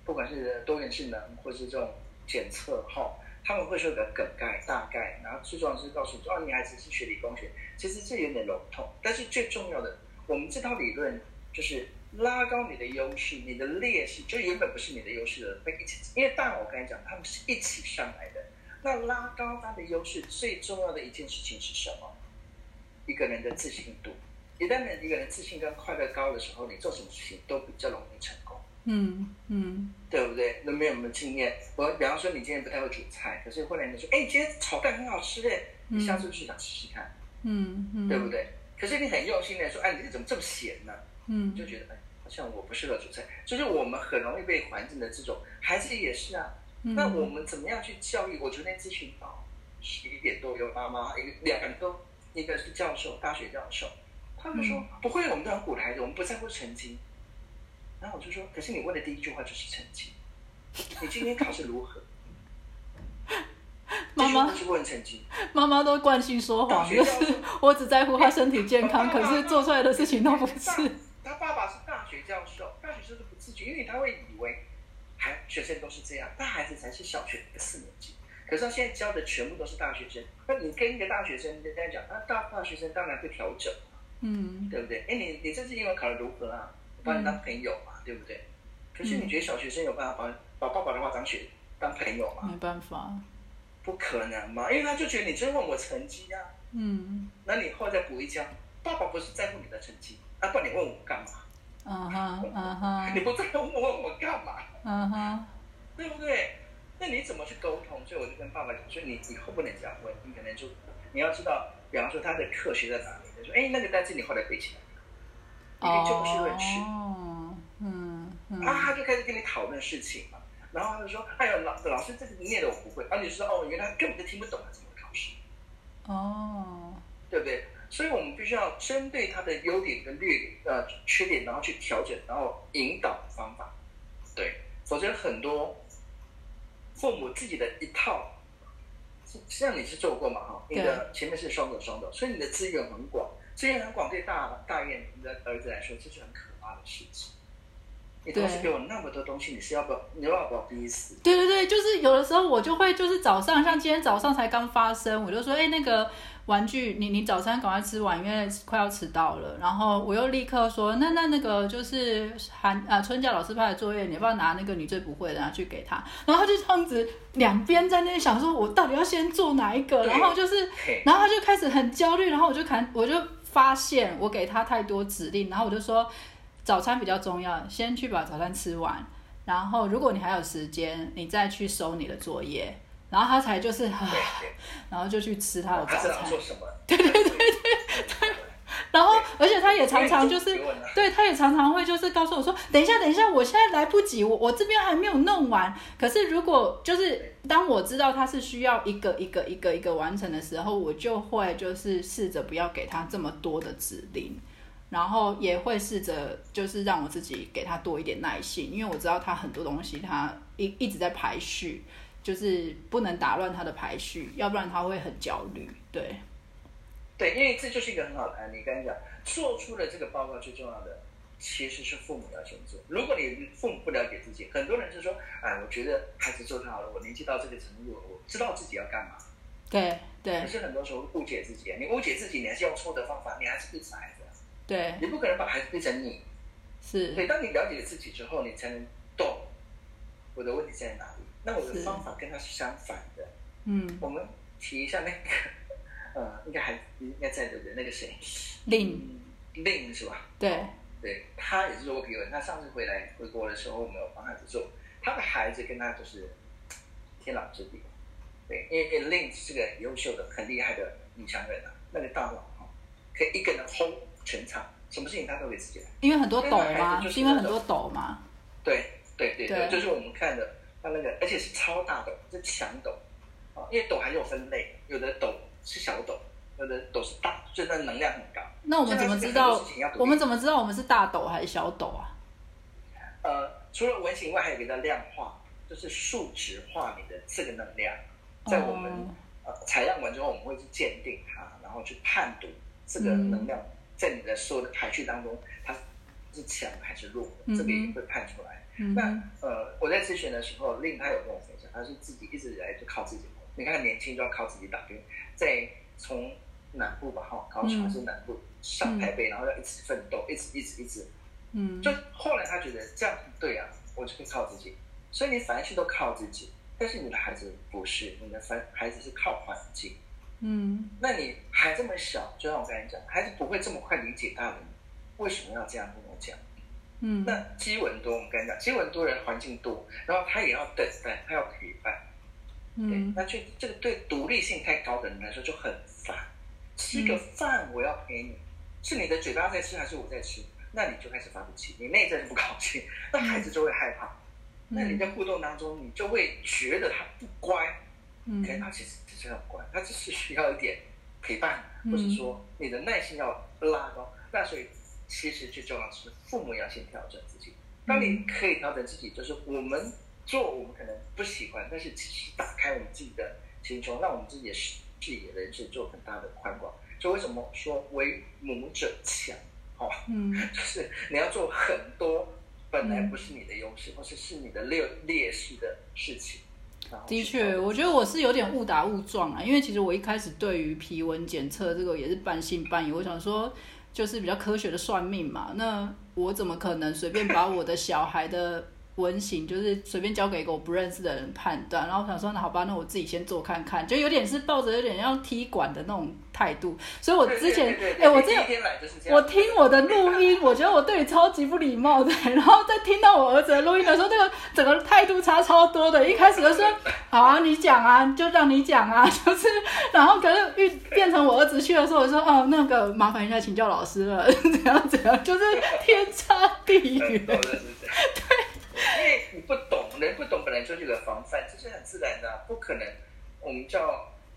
不管是多元智能或是这种检测哈、他们会说个梗概、大概，然后最重要是告诉你说，哦，你孩子是学理工学，其实这有点笼统，但是最重要的，我们这套理论就是拉高你的优势，你的劣势，就原本不是你的优势的，会一起，因为大脑我刚才讲，他们是一起上来的，那拉高他的优势，最重要的一件事情是什么？一个人的自信度。一旦一个人自信跟快乐高的时候，你做什么事情都比较容易成功，
嗯嗯。
对不对？那没有什么经验，我比方说你今天不太会煮菜，可是后来你说，哎，你今天炒蛋很好吃哎，你下次去想试试看，
嗯嗯，
对不对？可是你很用心的说，哎，你这怎么这么咸呢、
嗯
你就觉得，哎，好像我不适合煮菜。就是我们很容易被环境的这种，孩子也是啊。
嗯
那我们怎么样去教育？我昨天咨询到十一点多有妈妈，一个两个人都，一个是教授，大学教授，他们
嗯
说、不会，我们都很鼓励孩子，我们不在乎成绩。然后我就说，可是你问的第一句话就是成绩，你今天考试如何？
妈妈
这句话是问成绩，
妈妈都惯性说
大
谎，
学
就
教
是
授。
我只在乎她身体健康，
爸
可
爸
是做出来的事情都
<laughs>
不是。
他爸爸是大学教授，大学生都不自觉，因为他会以为孩学生都是这样，但孩子才是小学四年级。可是他现在教的全部都是大学生，那你跟一个大学生跟他讲，那大大学生当然会调整，
嗯
对不对？哎，你你这次英文考得如何啊？我把你当朋友
嗯
嘛，对不对？可是你觉得小学生有办法把把爸爸的话当学当朋友吗？
没办法，
不可能嘛，因为他就觉得你真问我成绩呀、啊，
嗯
那你后来再补一枪，爸爸不是在乎你的成绩，啊，不然你问我干嘛？
啊哈啊哈
你不在乎我，我干嘛？
啊
<laughs>
哈，
对不对？那你怎么去沟通？所以我就跟爸爸讲，说你以后不能这样问，你可能就你要知道，比方说他的课学在哪里，他说，哎，那个单词你后来背起来，你可以就事论事、
哦，嗯
啊，
嗯
他就开始跟你讨论事情嘛。然后他就说，哎呦，老老师这个念的我不会，然后你就说，哦，原来他根本就听不懂他怎么考试，
哦，
对不对？所以我们必须要针对他的优点跟劣点呃缺点，然后去调整，然后引导的方法。对，否则很多父母自己的一套，像你是做过嘛哈，你的前面是双手双手，所以你的资源很广，资源很广对大大雁你的儿子来说，这是很可怕的事情。你同时
对
给我那么多东西，你是要不要你要不要逼死？
对对对，就是有的时候我就会就是早上，像今天早上才刚发生，我就说，哎，那个玩具，你你早餐赶快吃完，因为快要迟到了。然后我又立刻说，那那那个就是寒啊春假老师派的作业，你要不要拿那个你最不会的拿去给他？然后他就这样子两边在那边想说，我到底要先做哪一个？
对
然后就是
嘿，
然后他就开始很焦虑，然后我就看，我就发现我给他太多指令，然后我就说早餐比较重要，先去把早餐吃完，然后如果你还有时间，你再去收你的作业。然后他才就是，
对对，
然后就去吃他的
他
啊早
<laughs> 知道
餐
做，什么？对对对对对。
然后而且他也常常就
因
是
为你就不用了，
对，他也常常会就是告诉我说，等一下，等一下，我现在来不及，我我这边还没有弄完。可是如果就是当我知道他是需要一个一个一个一个完成的时候，我就会就是试着不要给他这么多的指令。然后也会试着就是让我自己给他多一点耐心，因为我知道他很多东西他一一直在排序，就是不能打乱他的排序，要不然他会很焦虑。对，
对，因为这就是一个很好的案例。跟你讲，做出了这个报告最重要的其实是父母要先做。如果你父母不了解自己，很多人就说：“哎，我觉得孩子做得好了，我年纪到这个程度，我知道自己要干嘛。”
对对
可是很多时候误解自己，你误解自己，你还是用错的方法，你还是逼死孩子。
对，
你不可能把孩子逼成你。
是，
对，当你了解自己之后，你才能懂我的问题在哪里。那我的
是
方法跟他是相反的。
嗯，
我们提一下那个，呃，应该还应该在的人，那个谁，
令
令是吧？
对
对，他也是做过皮纹。他上次回来回国的时候，我们有帮孩子做，他的孩子跟他就是天壤之别。对，因为令是个优秀的、很厉害的女强人啊，那个大佬哈，可以一个人轰全场，什么事情他都可以自己来。
因为很多
那
抖
孩子
嘛，
就是
是因为
那
很多抖嘛，
对对对
对
对，就是我们看的它那个，而且是超大斗，是强斗啊，因为斗还有分类，有的斗是小斗，有的斗是大，所以它能量很高。
那我们怎么知道
所以它是很多事情要独立
我们怎么知道我们是大抖还是小抖啊？
呃，除了文型以外，还有一个叫量化，就是数值化你的这个能量，在我们、
哦
呃采样完之后，我们会去鉴定它，然后去判读这个能量在你的所有的排序当中，它是强还是弱，
嗯哼
这个也会判出来。
嗯
那呃，我在咨询的时候，令他有跟我分享，他是自己一直以来就靠自己。你看，年轻就要靠自己打拼，在从南部吧，哈，高雄还是南部、上台北，然后要一直奋斗，一直一直一直。
嗯
就后来他觉得这样很对啊，我就可以靠自己。所以你凡事都靠自己，但是你的孩子不是，你的凡孩子是靠环境。
嗯
那你还这么小，就像我刚才讲，孩子不会这么快理解大人为什么要这样跟我讲。
嗯
那基文多，我们刚才讲，基文多人环境多，然后他也要等待，他要陪伴，对，
嗯
那就这个对独立性太高的人来说就很烦。吃个饭我要陪你，是你的嘴巴在吃还是我在吃？那你就开始发脾气，你内在就不高兴，那孩子就会害怕。
嗯
那你在互动当中，你就会觉得他不乖，
嗯
可是他其实只是很乖，他只是需要一点陪伴，
嗯
或者说你的耐心要拉高。那所以其实最重要的是父母要先调整自己。当你可以调整自己，就是我们做我们可能不喜欢，但是其实打开我们自己的心胸，让我们自己的视视野、人生做很大的宽广。所以为什么说为母者强？哦，
嗯
就是你要做很多本来不是你的优势，或是是你的劣劣势的事情。然后去
的
调
确，
整
我觉得我是有点误打误撞啊，因为其实我一开始对于皮纹检测这个也是半信半疑，我想说就是比较科学的算命嘛，那我怎么可能随便把我的小孩的纹型就是随便交给一个我不认识的人判断？然后我想说，那好吧，那我自己先做看看，就有点是抱着有点要踢馆的那种态度，所以我之前，哎、
哎，
我
这
之前
一天来就是这样。
我听我的录音，我觉得我对你超级不礼貌的。 <laughs> 然后在听到我儿子的录音的时候，那个整个态度差超多的。一开始就说好啊，你讲啊，就让你讲啊， <laughs> 就是。然后可是遇变成我儿子去的时候，我说哦，那个麻烦一下请教老师了， <laughs> 怎样怎样，就是天差地
对，
远。
因为你不懂，人不懂本来就是个防范，这是很自然的啊、不可能。我们叫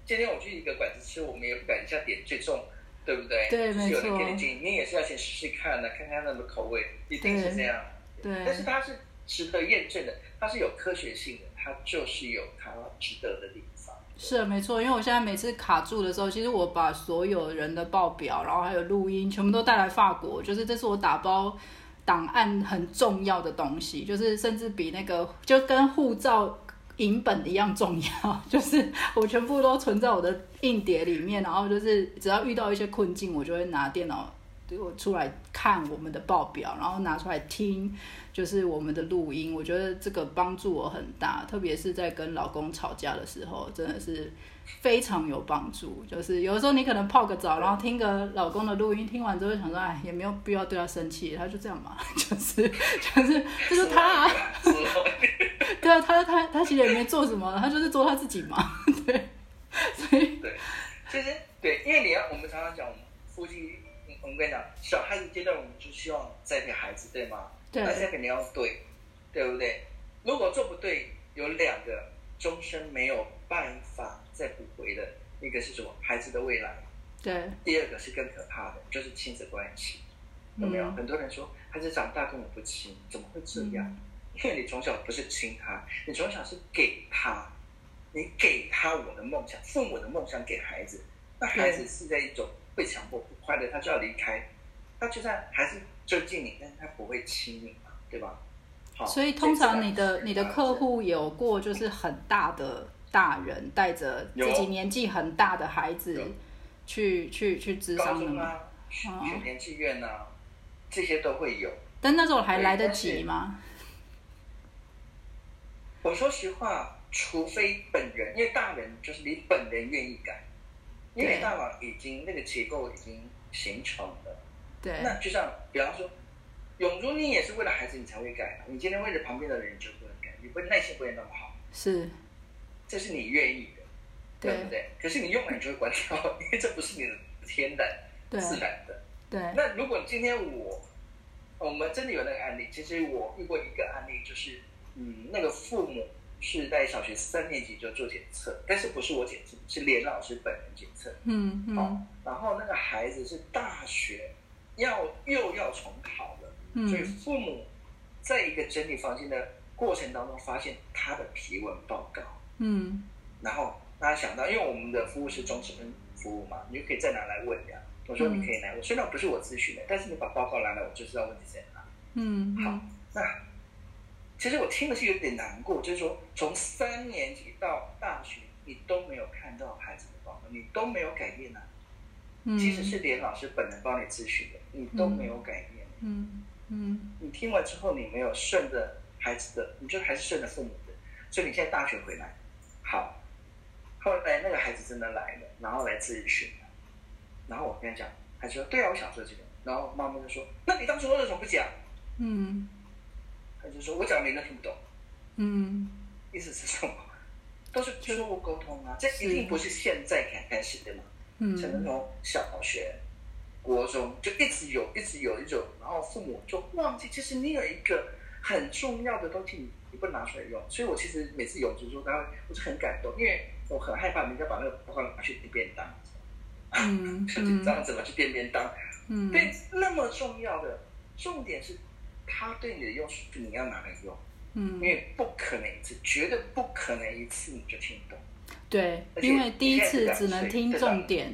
今天我去一个馆子吃，我们也不敢一下点最重，对不对？
对
就是有
没错
人给你建议，你也是要先试试看的、看看他们的口味，一定是这样。
对对
但是它是值得验证的，它是有科学性的，它就是有它值得的地方。
是没错，因为我现在每次卡住的时候，其实我把所有人的报表，然后还有录音，全部都带来法国，就是这是我打包档案很重要的东西，就是甚至比那个就跟护照影本一样重要， <laughs> 就是我全部都存在我的硬碟里面，然后就是只要遇到一些困境，我就会拿电脑对我出来看我们的报表，然后拿出来听，就是我们的录音，我觉得这个帮助我很大，特别是在跟老公吵架的时候，真的是非常有帮助。就是有的时候你可能泡个澡，然后听个老公的录音，听完之后想说，哎，也没有必要对他生气，他就这样嘛， <laughs> 就是就是这就是他、啊，
<laughs> 是吗
对啊，他他他其实也没做什么，他就是做他自己嘛，对，所以
对，其实对，因为你要，我们常常讲，我们夫妻，嗯我们跟你讲，小孩子阶段，我们就希望栽培孩子，对吗？
对
那现在肯定要对，对不对？如果做不对，有两个终身没有办法再补回的，一个是什么？孩子的未来，
对，
第二个是更可怕的，就是亲子关系。有没有？
嗯
很多人说孩子长大跟我不亲，怎么会这样？因为你从小不是亲他，你从小是给他，你给他我的梦想，父母的梦想给孩子，那孩子是在一种会强迫不快乐，他就要离开。他就算还是尊敬你，但是他不会亲你嘛，对吧？好，啊
所以通常你
这
的
个
你的客户有过就是很大的大人带着自己
有
年纪很大的孩子
有
去去去咨
高
商的
中
吗？哦
啊、学学年志愿啊，这些都会有。
但那时候还
对
来得
但是
及吗？
我说实话，除非本人，因为大人就是你本人愿意改，因为
对
你大脑已经那个结构已经形成了。
对，
那就像比方说，永如你也是为了孩子你才会改啊，你今天为了旁边的人你就不能改，你不耐心不会那么好，
是，
这是你愿意的，对
对
不对？可是你用了你就会关掉， <laughs> 因为这不是你的天然
对
自然的。
对，
那如果今天我，我们真的有那个案例，其实我遇过一个案例，就是嗯，那个父母是在小学三年级就做检测，但是不是我检测，是连老师本人检测。
嗯
哦
嗯，
然后那个孩子是大学要又要重考了，所以
嗯，
父母在一个整理房间的过程当中，发现他的皮纹报告，
嗯，
然后大家想到，因为我们的服务是终身服务嘛，你就可以再拿来问呀。我说
嗯
你可以拿，我虽然不是我咨询的，但是你把报告拿来，我就知道问题在哪。
嗯，
好
嗯，
那其实我听的是有点难过，就是说从三年级到大学，你都没有看到孩子的报告，你都没有改变啊。
嗯，
即使是连老师本人帮你咨询的，你都没有改变。
嗯嗯
你听完之后，你没有顺着孩子的，你就还是顺着父母的，所以你现在大学回来，好，后来那个孩子真的来了，然后来咨询了，然后我跟他讲，他说对啊，我想做这个，然后妈妈就说，那你当初为什么不讲？
嗯
他就说我讲你都听不懂，
嗯，
意思是什么？都是错误沟通啊，这
是
一定不是现在才开始的嘛，
嗯
可能从小学、国中就一直有，一直有一种，然后父母就忘记，其实你有一个很重要的东西，你你不拿出来用。所以我其实每次有时候他会，我就很感动，因为我很害怕人家把那个报告拿去垫便当， <laughs>
嗯
就这
嗯
样怎么去垫便当？
嗯，
对，那么重要的重点是，他对你的用处你要拿来用， <laughs>
嗯，
因为不可能一次，绝对不可能一次你就听懂。
对，
而且
因为第一次只能听重点，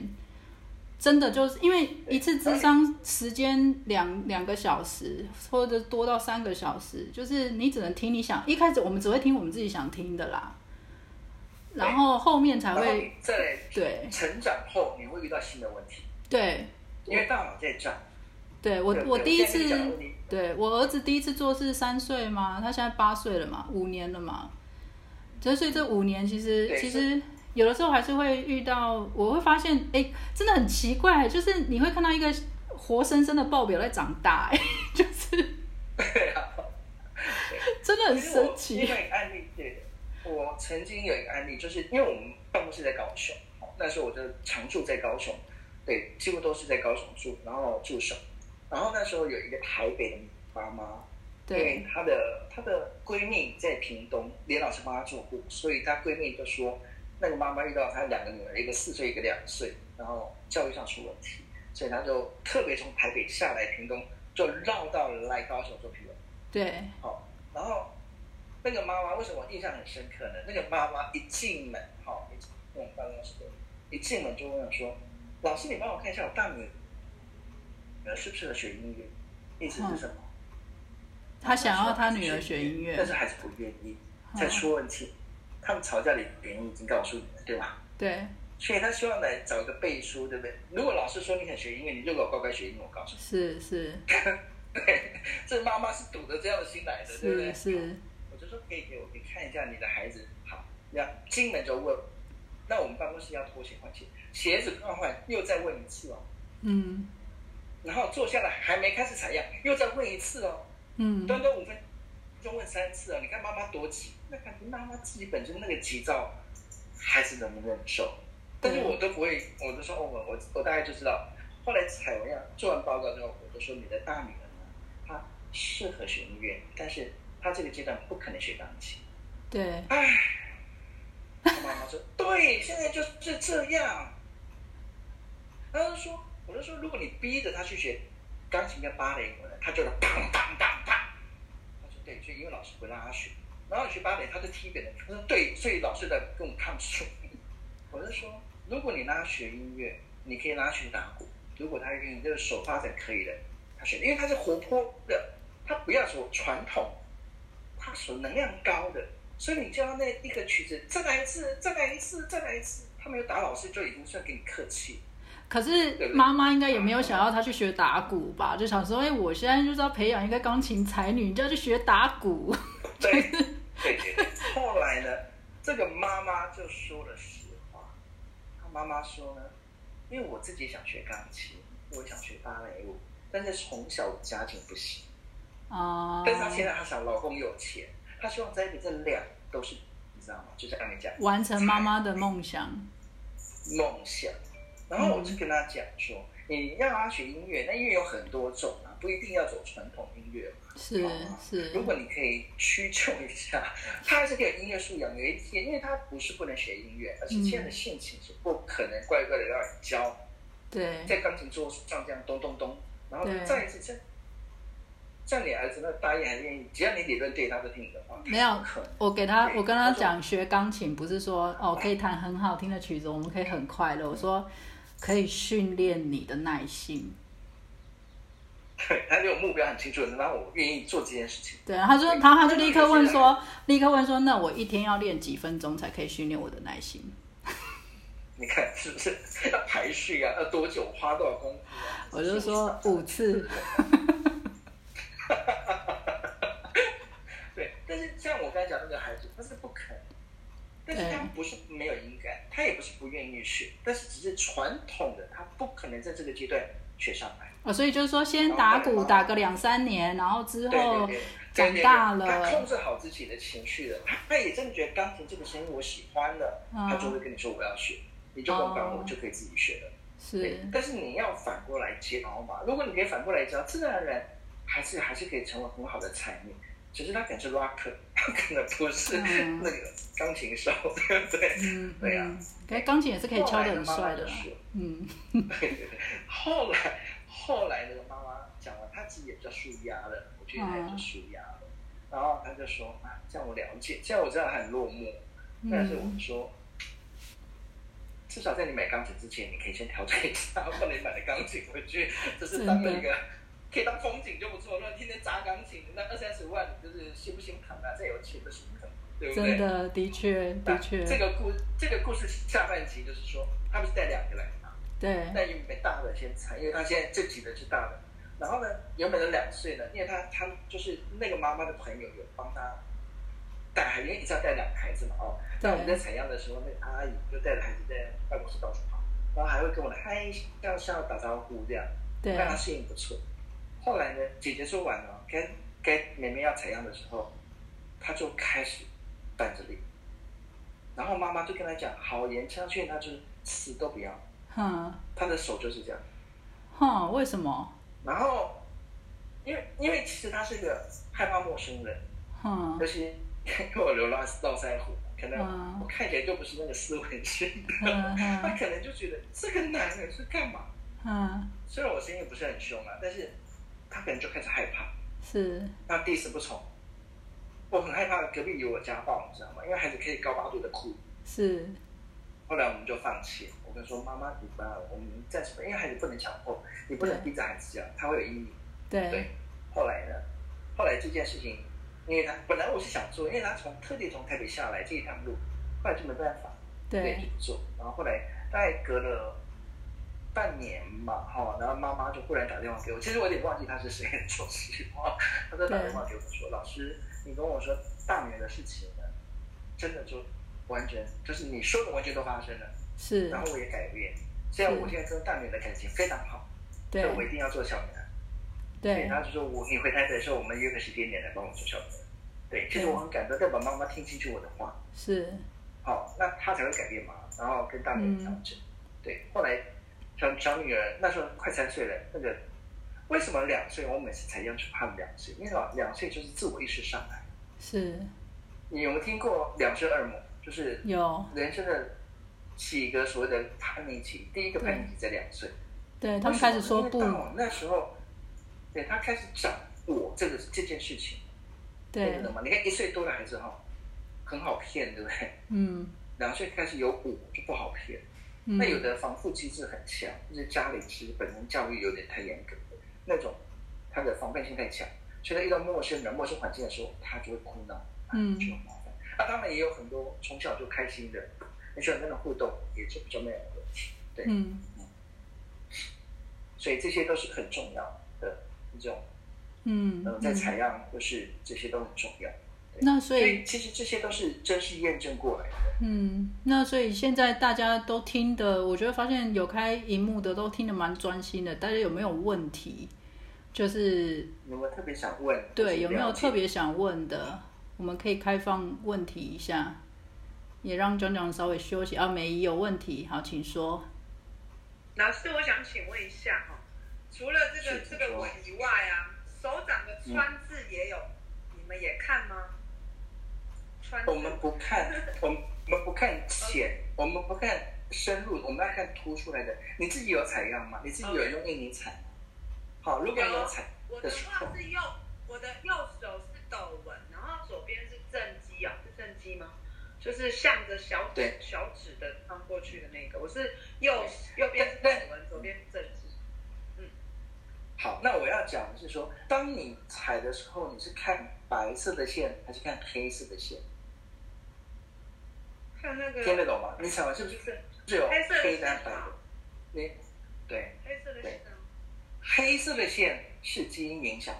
真的就是因为一次智商时间两两个小时，或者多到三个小时，就是你只能听你想，一开始我们只会听我们自己想听的啦，然后后面才
然后
会
你再来
对
成长后，你会遇到新的问题，
对
因为大脑在长。
对，我
对
我
对
第一
现在
次
你讲的问题
对我儿子第一次做是三岁嘛，他现在八岁了嘛，五年了嘛，所以这五年其实
对
其实有的时候还是会遇到，我会发现哎、诶真的很奇怪，就是你会看到一个活生生的报表在长大、诶 <laughs> 就是
<laughs> 对啊，
真的很神
因为
奇
我。因为案例对的，我曾经有一个案例，就是因为我们办公室在高雄，哦那时候我就常住在高雄，对，几乎都是在高雄住，然后驻守。然后那时候有一个台北的妈妈，因为
对，
她的她的闺蜜在屏东，连老师帮她做护，所以她闺蜜就说，那个妈妈遇到她两个女儿，一个四岁，一个两岁，然后教育上出问题，所以她就特别从台北下来屏东，就绕到来高雄做皮纹。
对，
好，然后那个妈妈为什么印象很深刻呢？那个妈妈一进门，好，一进我们办公室一进门就问我说：“老师，你帮我看一下我大女儿适不适合学音乐？”意思是什么？
他嗯想要他女儿学音乐
但，是孩子不愿意，
嗯
才出问题。他们吵架的原因已经告诉你了，对吧？
嗯对，
所以他希望来找一个背书，对不对？如果老师说你想学音乐，你就给我乖乖学音乐，我告诉你。
是是
对，这妈妈是堵着这样的心来的，对不对？
是是，
我就说可以给我，可以看一下你的孩子。好，那进门就问，那我们办公室要脱鞋换鞋，鞋子换换又再问一次哦。
嗯
然后坐下来还没开始采样，又再问一次哦，
嗯
短短五分钟问三次哦。你看妈妈多急，那感觉妈妈自己本身那个急躁，孩子能不能忍受？但是我都不会，我就说哦，我我我大概就知道。后来采完样，做完报告之后，我就说你的大女儿呢，她适合学音乐，但是她这个阶段不可能学钢琴。
对，
唉，他妈妈说，对，现在就是这样。然后就说，我就说，如果你逼着他去学钢琴跟芭蕾舞呢，他就是砰砰砰砰。他说对，所以因为老师不让他学，然后学芭蕾，他就踢别人。他说对，所以老师在跟我们抗诉。我就说，如果你让他学音乐，你可以拉去打鼓。如果他愿意，这个手发展可以的，他选，因为他是活泼的，他不要所传统，他所能量高的，所以你教那一个曲子，再来一次，再来一次，再来一次，他没有打老师就已经算给你客气。
可是妈妈应该也没有想要他去学打鼓吧？就想说，哎、我现在就是要培养一个钢琴才女，你就要去学打鼓。
对，对对对。后来呢，这个妈妈就说了实话，她妈妈说呢，因为我自己想学钢琴，我想学芭蕾舞，但是从小我家境不行，
啊、
但是她现在她想老公有钱，她希望在一起这两都是，你知道吗？就是按你讲
完成妈妈的梦想。
梦想，然后我就跟她讲说，你让她学音乐，那音乐有很多种啊，不一定要走传统音乐嘛。
是是
如，果你可以屈就一下，他还是可以有音乐素养。有一天，因为他不是不能学音乐，而是现在的性情是不可能乖乖的让你教，
对
在钢琴桌上这样咚咚咚，然后
对
再一次这样，像你儿子那答应还愿意，只要你理论对，他就听你的话。
没有 <laughs>
<laughs> 不可能，
我给他，
对
我跟他讲学钢琴，不是说哦可以弹很好听的曲子，我们可以很快乐。我说可以训练你的耐心。
对，他就有目标很清楚，然后我愿意做这件事情。
对，他说，他他就立刻问说，立刻问说，那我一天要练几分钟才可以训练我的耐心？ <laughs>
你看是不是要排序啊？要多久花多少功夫啊？
我就说五次，
对，但是像我刚才讲那个孩子，他是不肯，但
嗯
是他不是没有音感，他也不是不愿意学，但是只是传统的他不可能在这个阶段学上来。
哦，所以就是说先打鼓打个两三年，然后之
对对
后
对，
哦长大了
对对对他控制好自己的情绪了，他也真的觉得钢琴这个声音我喜欢了，
嗯
他就会跟你说我要学，你就跟我讲，
哦
我就可以自己学了。对
是，
但是你要反过来接熬嘛，如果你可以反过来教，自然而然还是还是可以成为很好的才女。只是他可能是 rocker，他可能不是
嗯
那个钢琴手，对不对？
嗯，
<laughs> 对啊
嗯，可是钢琴也是可以敲得很帅的啦，嗯，
对对对，后来后来那个妈妈讲完，她自己也比较舒压了，我觉得她也
嗯
就舒压了。然后她就说啊，这样我了解，这样我知道她很落寞，但啊是我
嗯，
说。至少在你买钢琴之前，你可以先调整一下，不然你买了钢琴回去，
<laughs>
就是当
真的
一个可以当风景就不错。那天天砸钢琴，那二三十万，你就是心不心疼啊？这有钱的心疼，对不对？
真的，的确，
那
的确，
这个故这个故事下半集就是说，他不是带两个来吗？
对，
那原本大的先裁，因为他现在这几的是大的。然后呢，原本的两岁呢，因为他他就是那个妈妈的朋友有帮他带孩子，因为一直要带两个孩子嘛哦。
对
那我们在采样的时候，那个阿姨就带着孩子在办公室到处跑，然后还会跟我嗨笑笑打招呼这样，
对，
让他适应不错。后来呢，姐姐说完了，该该妹妹要采样的时候，他就开始板着脸，然后妈妈就跟他讲好言相劝，他就是死都不要，
哼
他的手就是这样。
哼，为什么？
然后，因为因为其实他是个害怕陌生人，
哼
尤，其 <laughs> 因为我流浪到腮胡，可能
嗯
我看起来就不是那个斯文型的，
哼
他
哼
可能就觉得这个男人是干嘛？
哼，
虽然我声音不是很凶啊，但是他可能就开始害怕，
是，
那第四不从。我很害怕隔壁有我家暴，你知道吗？因为孩子可以高八度的哭。
是，
后来我们就放弃了。我跟他说：“妈妈，你不要，我们暂时不，因为孩子不能强迫，你不能
对
逼着孩子这样，他会有阴影。”对
对，，
后来呢？后来这件事情，因为他本来我是想做，因为他从特地从台北下来这一趟路，后来就没办法，对，
对，
去做。然后后来大概隔了半年吧，哈、然后妈妈就忽然打电话给我，其实我有点忘记他是谁，说实话，他就打电话给我说：“老师，你跟我说大女儿的事情呢，真的就完全就是你说的完全都发生了，
是
然，后我也改变。虽然
是
我现在跟大女儿的感情非常好，所以我
对，
一定要做小女儿。”对，
对，
然后就说我你回台北的时候，我们约个时间点来帮我做效果。对，其实我很感动，代表妈妈听进去我的话，
是，
好、那她才会改变嘛，然后跟大女儿调整。
嗯
对，后来小小女儿那时候快三岁了，那个为什么两岁？我每次才要求他们两岁，因为老两岁就是自我意识上来。
是，
你有没有听过两岁二母？就是
有，
人生的几个所谓的叛逆期，第一个叛逆期在两岁。
对他们开始说
为什
不
么，因为到那时候，对他开始掌握这个这件事情。
对
真的，吗？你看一岁多的孩子哈、很好骗，对不对？
嗯，
两岁开始有舞就不好骗，
嗯
那有的防护机制很强，就是家里其实本身教育有点太严格，那种他的防备心太强，所以他遇到陌生人、陌生环境的时候，他就会哭闹，啊
嗯
就很麻烦。那、当然也有很多从小就开心的，你喜欢跟他互动，也就比较没有问题。对，
嗯
所以这些都是很重要的一种，
嗯
嗯，在采样或是这些都很重要。
那所
所
以
以其实这些都是真实验证过来的。
嗯，那所以现在大家都听的，我觉得发现有开荧幕的都听得蛮专心的。大家有没有问题？就是
有没有特别想问？或
对，
是
有没有
了解
特？别想问的？我们可以开放问题一下，也让蒋蒋稍微休息啊。梅姨有问题，好，请说。
老师，我想请问一下哈，除了这个
是
这个
说嗯
吻以外啊，手掌的穿字也有，你们也看吗？穿字
我们不看，我们我们不看浅，我们不看深入，我们要看凸出来的。你自己有采样吗？你自己有
OK
用印尼采吗？好，如果你有采
我
的
的
时
话
候，
是右，我的右手是斗纹，然后左边是正畸啊，是正畸吗？就是向着小指
对
小指的穿过去的那个，我是右右边是斗纹，左边是正畸。
好，那我要讲的是说，当你采的时候，你是看白色的线还是看黑色的线？
看那个
听得懂吗？你采完是
就
嗯不是
是
是有
黑色的
黑
线
单白的
吗？？
你对。
黑色的线吗？啊
黑色的线是基因影响。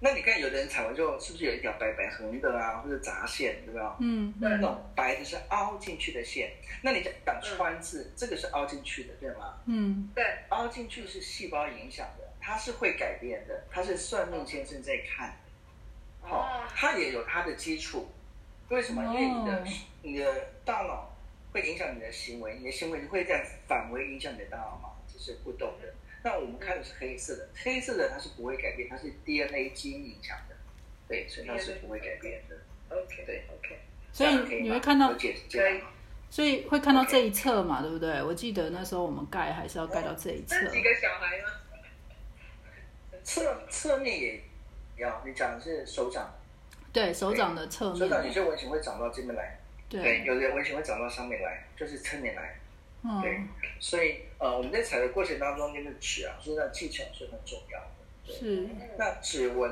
那你看，有的人采完之后，是不是有一条白白横的啊，或者杂线，有没有？
嗯
那
嗯
种白的是凹进去的线。那你讲穿刺，这个是凹进去的，对吗？
嗯
对，
凹进去是细胞影响的，它是会改变的，它是算命先生在看的。好、
哦
它也有它的基础。为什么？因为你的、
哦
你的大脑会影响你的行为，你的行为会这样反为影响你的大脑嘛，这是互动的。那我们看的是黑色的，黑色的它是不会改变，它是 DNA 基因影响的，对，所以它是不会改变的。
OK，
对
，OK，
所以
这样可以吗
你会看到
有解这样吗
所以会看到这一侧嘛，对不对？我记得那时候我们盖还是要盖到这一侧。
生几个小孩呢？
侧侧面也要，你讲的是手掌，
对手掌的侧
手掌有
面，
些纹型会长到这边来，对，
对，
有的纹型会长到上面来，就是侧面来。对
嗯，
所以呃，我们在采的过程当中，那个纸啊，所以那技巧是很重要的。对
是，
那指纹，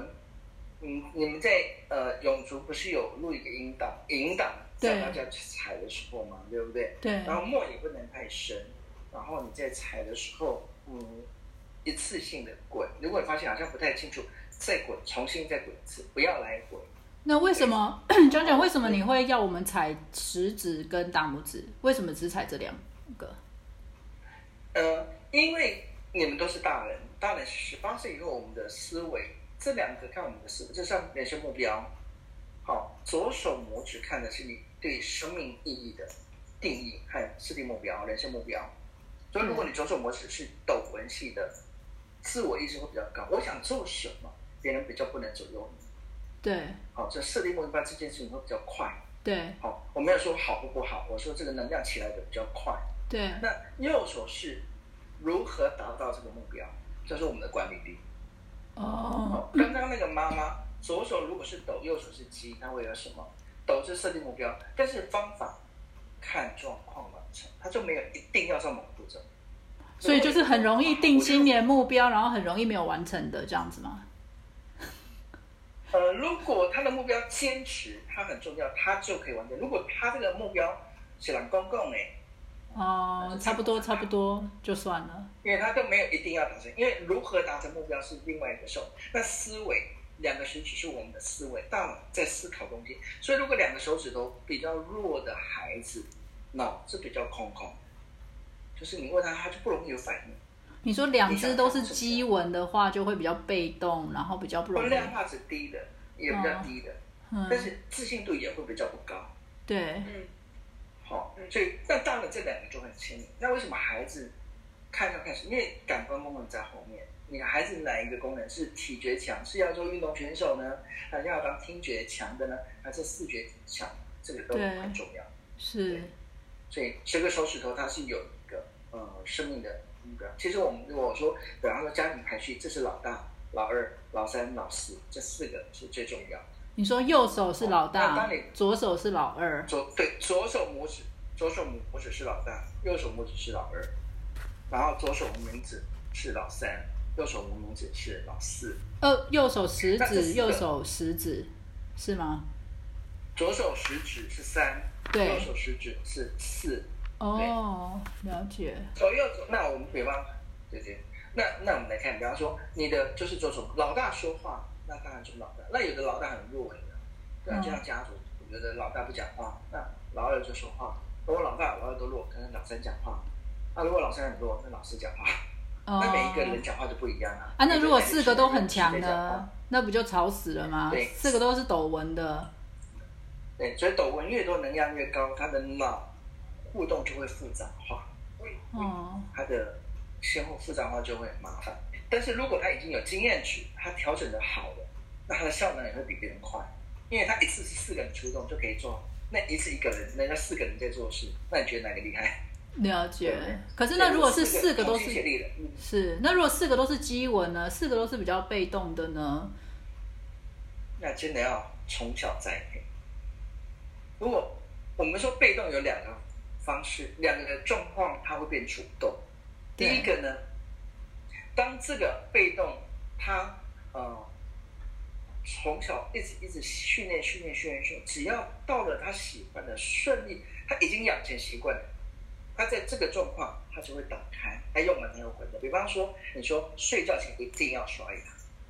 嗯，你们在呃永竹不是有录一个引导引导，
对
让大家去踩的时候嘛，对不对？
对，
然后墨也不能太深，然后你在踩的时候，嗯，一次性的滚。如果你发现好像不太清楚，再滚，重新再滚一次，不要来回。
那为什么讲讲为什么你会要我们踩食指跟大拇指？为什么只踩这两个？
呃，因为你们都是大人，大人十八岁以后，我们的思维这两个看我们的思维，就像人生目标。好，左手拇指看的是你对生命意义的定义和设定目标、人生目标。所以，如果你左手拇指是斗文系的，自我意识会比较高。我想做什么，别人比较不能左右你。
对
好，这设定目标这件事情会比较快。
对
好，我没有说好或不好，我说这个能量起来的比较快。
对，
那右手是如何达到这个目标？这是我们的管理力。
哦，
哦，刚刚那个妈妈，左手如果是抖，右手是击，那会有什么？抖是设定目标，但是方法看状况完成，它就没有一定要上某个步骤。
所以就是很容易定新年目标，然后很容易没有完成的这样子嘛。
呃，如果他的目标坚持，它很重要，他就可以完成。如果他这个目标是让公共诶，
哦，差不多差不多就算了。
因为他都没有一定要达成，因为如何达成目标是另外一个事。那思维，两个手指是我们的思维，大脑在思考东西，所以如果两个手指头比较弱的孩子，脑是比较空空，就是你问他，他就不容易有反应。
你说两只都是鸡纹的话，就会比较被动，然后比较不容
或
易。
量化是低的，也比较低的，
嗯
但，是自信度也会比较不高。
对，
嗯，
好、
嗯
所以那当然这两个就很亲密。那为什么孩子看到开始？因为感官功能在后面。你孩子哪一个功能是体觉强，是要做运动选手呢，还是要当听觉强的呢，还是视觉强？这个都
对
很重要。
是，
所以十个手指头它是有一个呃生命的目标。其实我们如果说，比方说家庭排序，这是老大、老二、老三、老四，这四个是最重要的。
你说右手是老
那
大
当你，
左手是老二。
左对左手拇指左手拇指是老大，右手拇指是老二，然后左手无名指是老三，右手无名指是老四，
呃，右手食
那这四
指，
个
右手食指，是吗？
左手食指是三，
对
右手食指是四，
哦，了解。
左右左。那我们比方，对对，那那我们来看，比方说你的就是左手老大说话，那当然就是老大。那有的老大很弱的，对啊，
嗯
就像家族，有的老大不讲话，那老二就说话。如果老大、老二都弱，可能老三讲话。那如果老三很弱，那老四讲话。
哦，
那每一个人讲话就不一样啊。
啊，那如果
有的人
四个都很
是在
强
讲话
呢，那不就吵死了吗
对？
四个都是抖纹的，
对，所以抖纹越多，能量越高，他的脑互动就会复杂化，
哦，
他的先后复杂化就会很麻烦。但是如果他已经有经验值，他调整的好了，那他的效能也会比别人快，因为他一次是四个人出动就可以做，那一次一个人，人家四个人在做事，那你觉得哪个厉害？
了解
对。
可是那如果是四个都
同心协
是
力的，嗯
是，那如果四个都是基纹呢？四个都是比较被动的呢？
那真的要从小栽培。如果我们说被动有两个方式，两个状况它会变主动。第
对
一个呢，当这个被动它呃从小一直一直训练训练训练训练，只要到了他喜欢的顺利，他已经养成习惯了。他在这个状况，他就会打开，他用完他又回来。比方说，你说睡觉前一定要刷牙，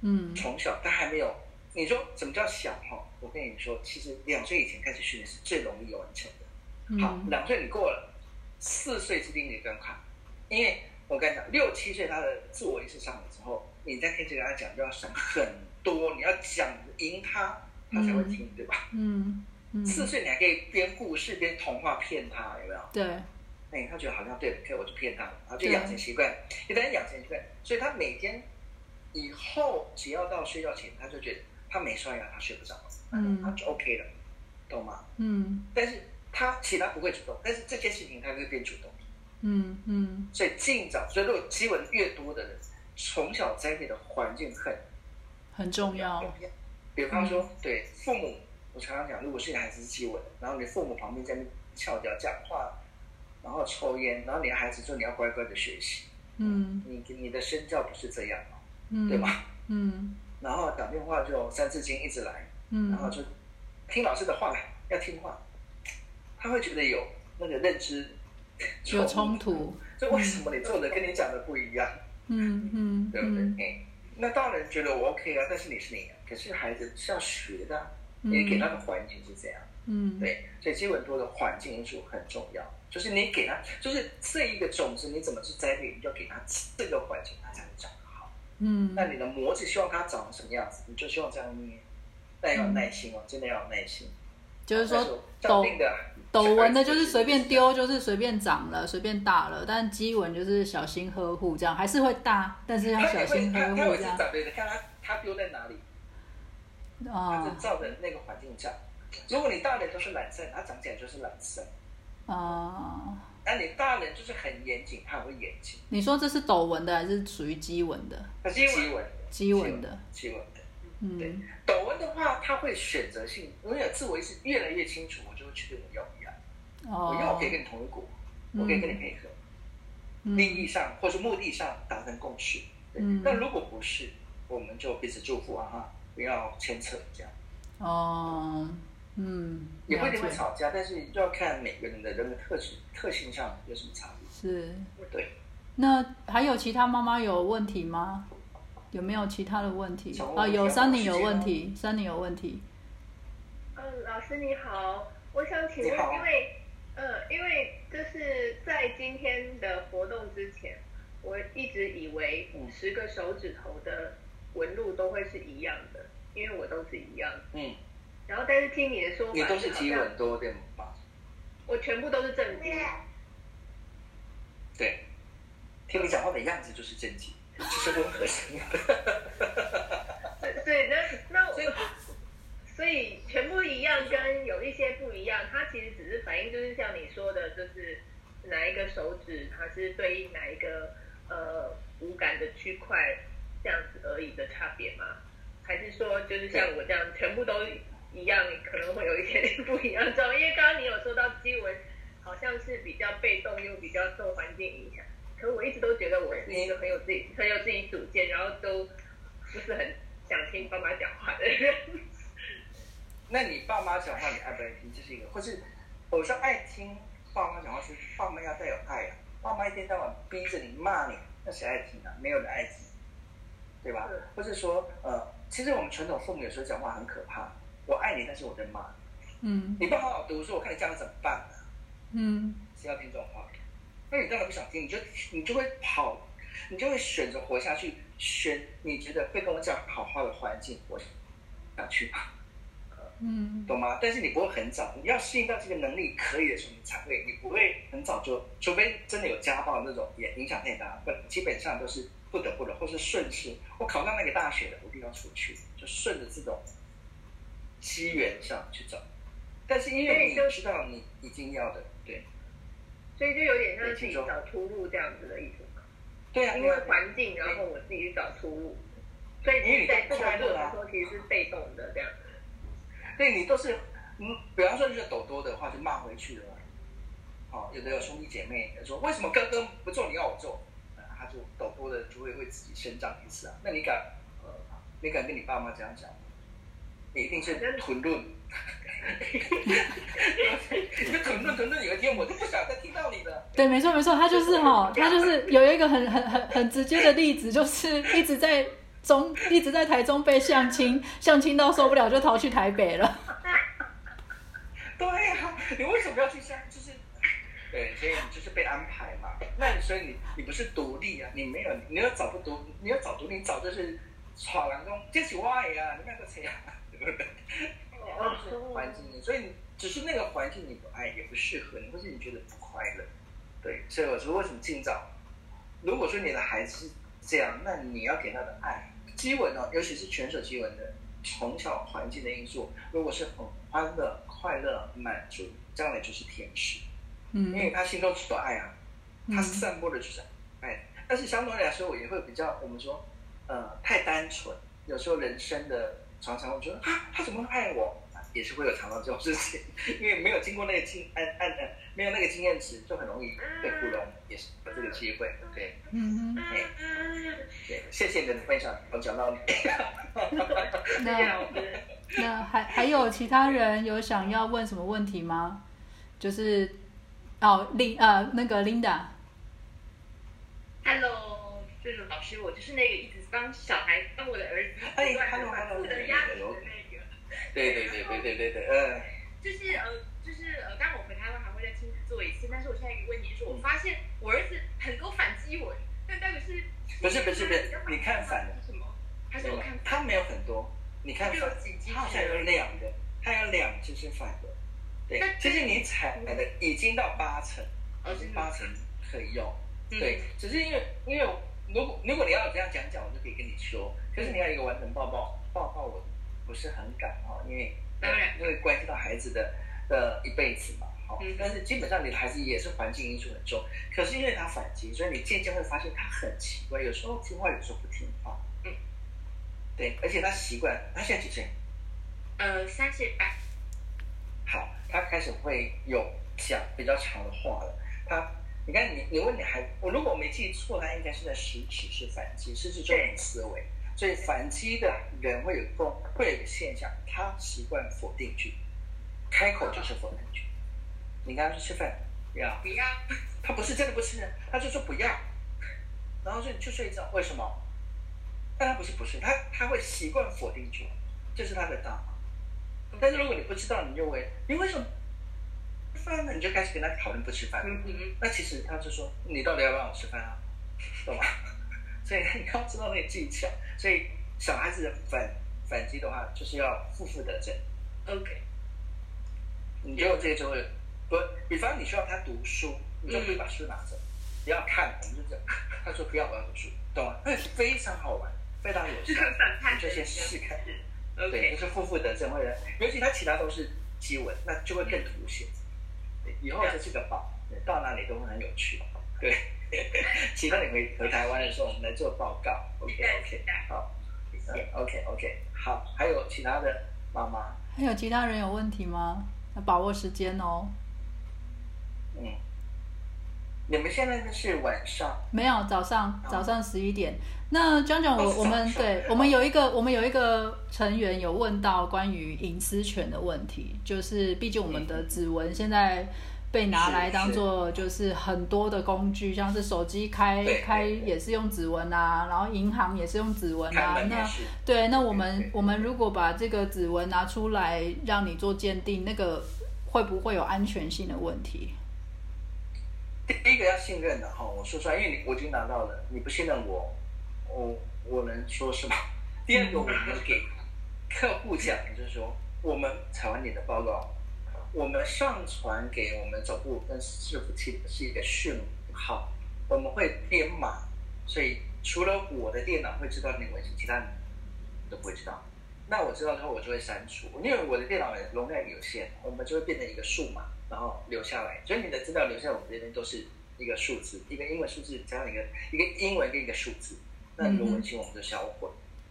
嗯，
从小他还没有，你说什么叫小哈？我跟你说，其实两岁以前开始训练是最容易完成的。好，
嗯，
两岁你过了，四岁是另一个关卡，因为我跟你讲，六七岁他的自我意识上来之后，你再跟这个他讲，就要想很多，你要讲赢他，他才会听，对吧？
嗯，嗯，
四岁你还可以编故事、编童话骗他，有没有？
对，
哎、他觉得好像对，可以我就骗他了，然后就养成习惯，一旦养成习惯，所以他每天以后只要到睡觉前，他就觉得他没刷牙，他睡不着，
嗯
他就 OK 了，懂吗？
嗯，
但是他其他不会主动，但是这件事情他会变主动，
嗯，嗯，
所以尽早，所以如果基本越多的人，从小栽培的环境很
很重要。
比方说，对父母，我常常讲，如果是你孩子是基吻的，然后你父母旁边在那边翘脚讲话，然后抽烟，然后你的孩子说你要乖乖的学习，
嗯
你你的身教不是这样嘛，
嗯，
对？吧？
嗯
然后打电话就三字经一直来，然后
嗯
就听老师的话啦，要听话，他会觉得有那个认知
<laughs> 有冲突，
就为什么你做的跟你讲的不一样，
嗯嗯
对不对？
嗯
哎、那大人觉得我 OK 啊，但是你是你啊，可是孩子是要学的啊，
嗯
你给他的环境是这样。
嗯，
对，所以基本多的环境因素很重要，就是你给他，就是这一个种子，你怎么去栽培，你就给他这个环境，他才能长得好。
嗯，
那你的模子希望它长什么样子，你就希望这样捏。但要有耐心哦，真的要有耐心。
就是
但
说
我照定的
斗纹的，就是随便。丢，就是随便长了，随便大了，但基纹就是小心呵护，这样还是会大，但是要
他
小
也会，
心呵
他他
护
会
这
是
样
长对的，看他他丢在哪里，他
啊
就照着那个环境长。如果你大人都是懒散，他长起来就是懒散；
啊！
那你大人就是很严谨，他很会严谨。
你说这是斗纹的还是属于基纹的？
他是基文，
基纹的，
基文的。
嗯
抖文的话，他会选择性，我有自我意识越来越清楚，我就会确定我要不要。我要
哦
我可以跟你同一股，我可以跟你配合，
嗯
利益上或是目的上达成共识。对
嗯
那如果不是，我们就彼此祝福啊哈，不要牵扯这样。
哦嗯，
也不一
了
定会
解
吵架，但是就要看每个人的人格特质、特性上有什么差异。
是。
对，
那还有其他妈妈有问题吗？有没有其他的问题？
小问
啊，
题
有
啊
三
我
你
时
有
间
问
哦
题，三你有问题。
嗯，老师你好，我想请
你好
问，因为，呃，因为就是在今天的活动之前，我一直以为
嗯
十个手指头的纹路都会是一样的，因为我都是一样的。
嗯，
然后，但是听你的说法，
你都是
基
基
纹，
文多对吗？
我全部都是正畸。
对，听你讲话的样子就是正经，就是温和型。
对对，那那我所以全部一样跟有一些不一样，它其实只是反映就是像你说的，就是哪一个手指它是对应哪一个呃无感的区块这样子而已的差别吗？还是说就是像我这样全部都一样，可能会有一些不一样状况？因为刚刚你有说到基纹好像是比较被动又比较受环境影响。可我一直都觉得我是一个很有自己、很有自己主见，然后都不是很想听爸妈讲话的人。
那你爸妈讲话，你爱不爱听？这是一个，或是我说爱听爸妈讲话，是爸妈要带有爱啊。爸妈一天到晚逼着你骂你，那谁爱听啊？没有人爱听，对吧？
对
或是说，呃，其实我们传统父母有时候讲话很可怕。我爱你，但是我在骂你。
嗯
你不好好读书，我看你将来怎么办啊？
嗯
谁要听这种话？那你当然不想听，你就你就会跑，你就会选择活下去，选你觉得会跟我讲好话的环境活下去吧。
嗯
懂吗？但是你不会很早，你要适应到这个能力可以的时候，你才会，你不会很早就，除非真的有家暴那种，也影响太大，不，基本上都是不得不的，或是顺势。我考上那个大学了，我一定要出去，就顺着这种机缘上去找。但是因为
对就
你知道你已经要的，对，
所以就有点像自己找出路这样子的意思嘛。
对啊，
因
对
为
啊
环境，然后我自己去找出路。所以其实在这个过
啊
程中，其实是被动的这样。
对你都是，嗯，比方说就是抖多的话，就骂回去了。好、有的有兄弟姐妹说，为什么哥哥不做，你要我做？呃、他就抖多的就会为自己伸张一次啊。那你敢，呃，你敢跟你爸妈这样讲吗？你一定是屯论， <laughs> 你就屯论屯论，有一天我就不想再听到你的。
对，没错没错，他就是 <laughs> 哈、他就是有一个很很很很直接的例子，就是一直在中 <laughs> 一直在台中被相亲，相亲到受不了就逃去台北了。
<laughs> 对呀、啊，你为什么要去相？就是，对，所以你就是被安排嘛。那你所以你你不是独立啊，你没有，你要找不独，你要找独立，你找就是闯南中，这是我的啊，你那个谁啊，对不对？
哦
就是哦环境，所以你只是那个环境你不爱，也不适合你，或是你觉得不快乐。对，所以我说为什么尽早？如果说你的孩子是这样，那你要给他的爱，基吻哦，尤其是全手基吻的，从小环境的因素，如果是很欢乐、快乐、满足，将来就是天使，因为
<laughs> 嗯
他心中只有爱啊，
嗯
他散播的就是爱。但是相对来说，我也会比较，我们说，呃，太单纯。有时候人生的常常会觉得啊，他怎么会爱我？啊也是会有常常这种事情， <laughs> 因为没有经过那个经按按呃，没有那个经验值，就很容易被糊弄，也是有这个机会。对
嗯
啊
对，谢谢你的分享，我
<laughs>
讲到你。
哼，
这
嗯
啊
那
样子。
那还还有其他人有想要问什么问题吗？就是哦，林呃那个 Linda，
Hello，就是老师，我就是那个一直帮小孩帮我的儿子
哎
不断地
hello，
反
hello，
复的压力的那个，
对对对对对对对，嗯，
就是呃，就是呃，当然我回台湾还会再亲自做一次，但是我现在一个问题是
嗯
我发现我儿子很多反击我，但到底是
不是不是不是你看反了
是什么？还是我看
他没有很多，你看
就有几集
他好像有两个，他有两只是反的，对
那，嗯
其实你采买的已经到八成，
哦真
已经
的
八成可以用，
嗯
对，只是因为因为如果如果你要这样讲讲，我就可以跟你说，可是你要一个完整报告，报告我不是很敢哦，因为
当然
因为关系到孩子的呃一辈子嘛，好、
嗯
但是基本上你的孩子也是环境因素很重，可是因为他反击，所以你渐渐会发现他很奇怪，有时候听话，有时候不听话，
嗯，
对，而且他习惯，他现在几岁？
呃三岁半，
好，他开始会有讲比较长的话了。他，你看你，你问你还，我如果没记错，他应该是在十指是反击，十指中文思维，所以反击的人会有共会有一个现象，他习惯否定句，开口就是否定句。你跟他说吃饭，不要，
不要
他不是真的不吃，他就说不要，然后说你去睡觉，为什么？但他不是不是，他他会习惯否定句，这是他的大脑。但是如果你不知道，你就会你为什么不吃饭呢？你就开始跟他讨论不吃饭。
嗯嗯嗯，
那其实他就说你到底要不要让我吃饭啊？懂吗？所以你要知道那个技巧。所以小孩子的反反击的话，就是要负负得正。
OK，
你就这个就会不，比方你需要他读书，你就可以把书拿着，不要看，我们就讲，他说不要，我要读书，懂吗？那非常好玩，非常有
就
趣，
很反叛
你
的
就
人
先试 <laughs> 看。对，
，OK，
就是负负得正会的，尤其他其他都是基文，那就会更凸显。对以后这是个宝，对到哪里都会很有趣。对， <laughs> 期待你回回台湾的时候，我们来做报告。OK
期待
OK，
期待
好
谢谢。
，OK OK，好，还有其他的妈妈，
还有其他人有问题吗？要把握时间哦。
嗯，你们现在呢是晚上，
没有早上早上十一点。那江江，我我们对我们有一个我们有一个成员有问到关于隐私权的问题，就是毕竟我们
嗯
的指纹现在被拿来当做就是很多的工具，像是手机开
对
开也是用指纹啊，然后银行也是用指纹
开
啊，
门
那
也是，
对，那我
对
们
对
我们如果把这个指纹拿出来让你做鉴定，那个会不会有安全性的问题？
第一个要信任的哈、我说出来，因为你我已经拿到了，你不信任我，我我能说什么？第二个，我们给客户讲的就是说，我们采完你的报告，我们上传给我们总部跟伺服器的是一个讯号，我们会编码，所以除了我的电脑会知道你的位置，其他人都不会知道。那我知道之后，我就会删除，因为我的电脑的容量有限，我们就会变成一个数码，然后留下来。所以你的资料留在我们这边都是一个数字，一个英文数字加上一个一个英文跟一个数字。那如果文青我们就销毁。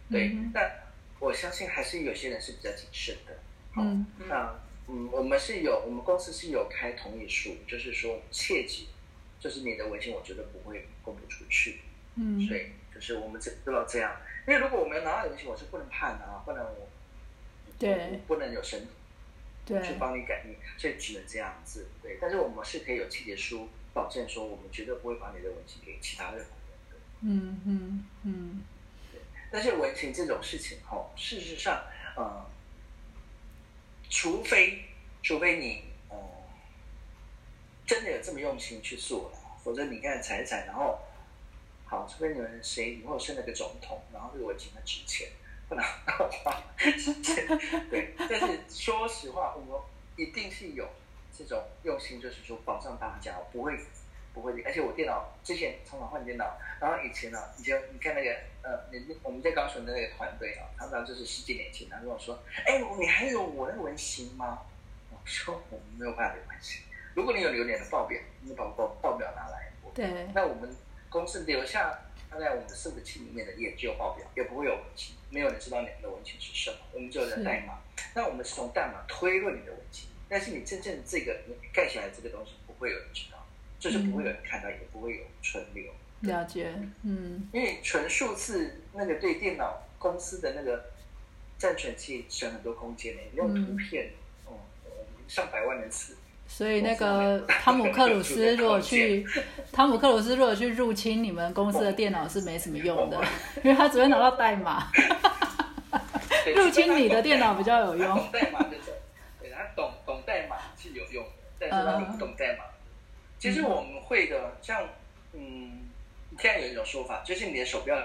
对
嗯哼，
但我相信还是有些人是比较谨慎的。好，
嗯
那嗯，我们是有，我们公司是有开同意书，就是说切记，就是你的文件我觉得不会公布出去，
嗯，
所以就是我们只做到这样。因为如果我们拿到文件，我是不能判啊，不能我
对
我不能有神
对，
去帮你改命，所以只能这样子。对，但是我们是可以有切结书保证说，我们绝对不会把你的文件给其他任何人的。
嗯嗯嗯
但是文情这种事情，吼，事实上，呃，除非除非你呃真的有这么用心去做了，否则你看踩一踩，然后好，除非你们谁以后升了个总统，然后这个文情很值钱，不 <laughs> 然的话，对。但是说实话，我们一定是有这种用心，就是说保障大家不会不会，而且我电脑之前常常换电脑。然后以前呢、以前你看那个呃，你我们在高雄的那个团队啊，他们就是十几年前，他跟我说，哎，你还有我的文型吗？ <laughs> 我说我没有办法留文型，如果你有留年的报表，你把报报表拿来，我
对
那我们公司留下放在我们的伺服器里面的也只有报表，也不会有文件，没有人知道你们的文件是什么，我们只有人代码。那我们是从代码推论你的文件，但是你真正这个你盖起来这个东西不会有人知道，就是不会有人看到，也不会有存留。
了解，嗯
因为纯数字那个对电脑公司的那个占存器省很多空间呢、你用图片，
嗯
哦、上百万人次，
所以那个汤姆克鲁斯如果去汤姆克鲁斯如果去入侵你们公司的电脑是没什么用的，因为他只会拿到代码，
对
入侵你的电脑比较有
他
用。
懂代码这种，对他懂懂代码是有用的，但是他不懂代码。其实我们会的，像嗯，现在有一种说法，就是你的手不要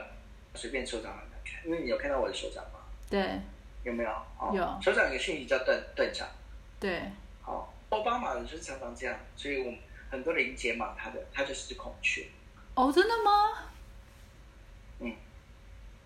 随便手掌很难看，因为你有看到我的手掌吗？
对
有没有？哦、
有
手掌有个讯息叫断断掌。
对，
哦，奥巴马就是常常这样，所以我们很多人解码他的，他就是孔雀，
哦，真的吗？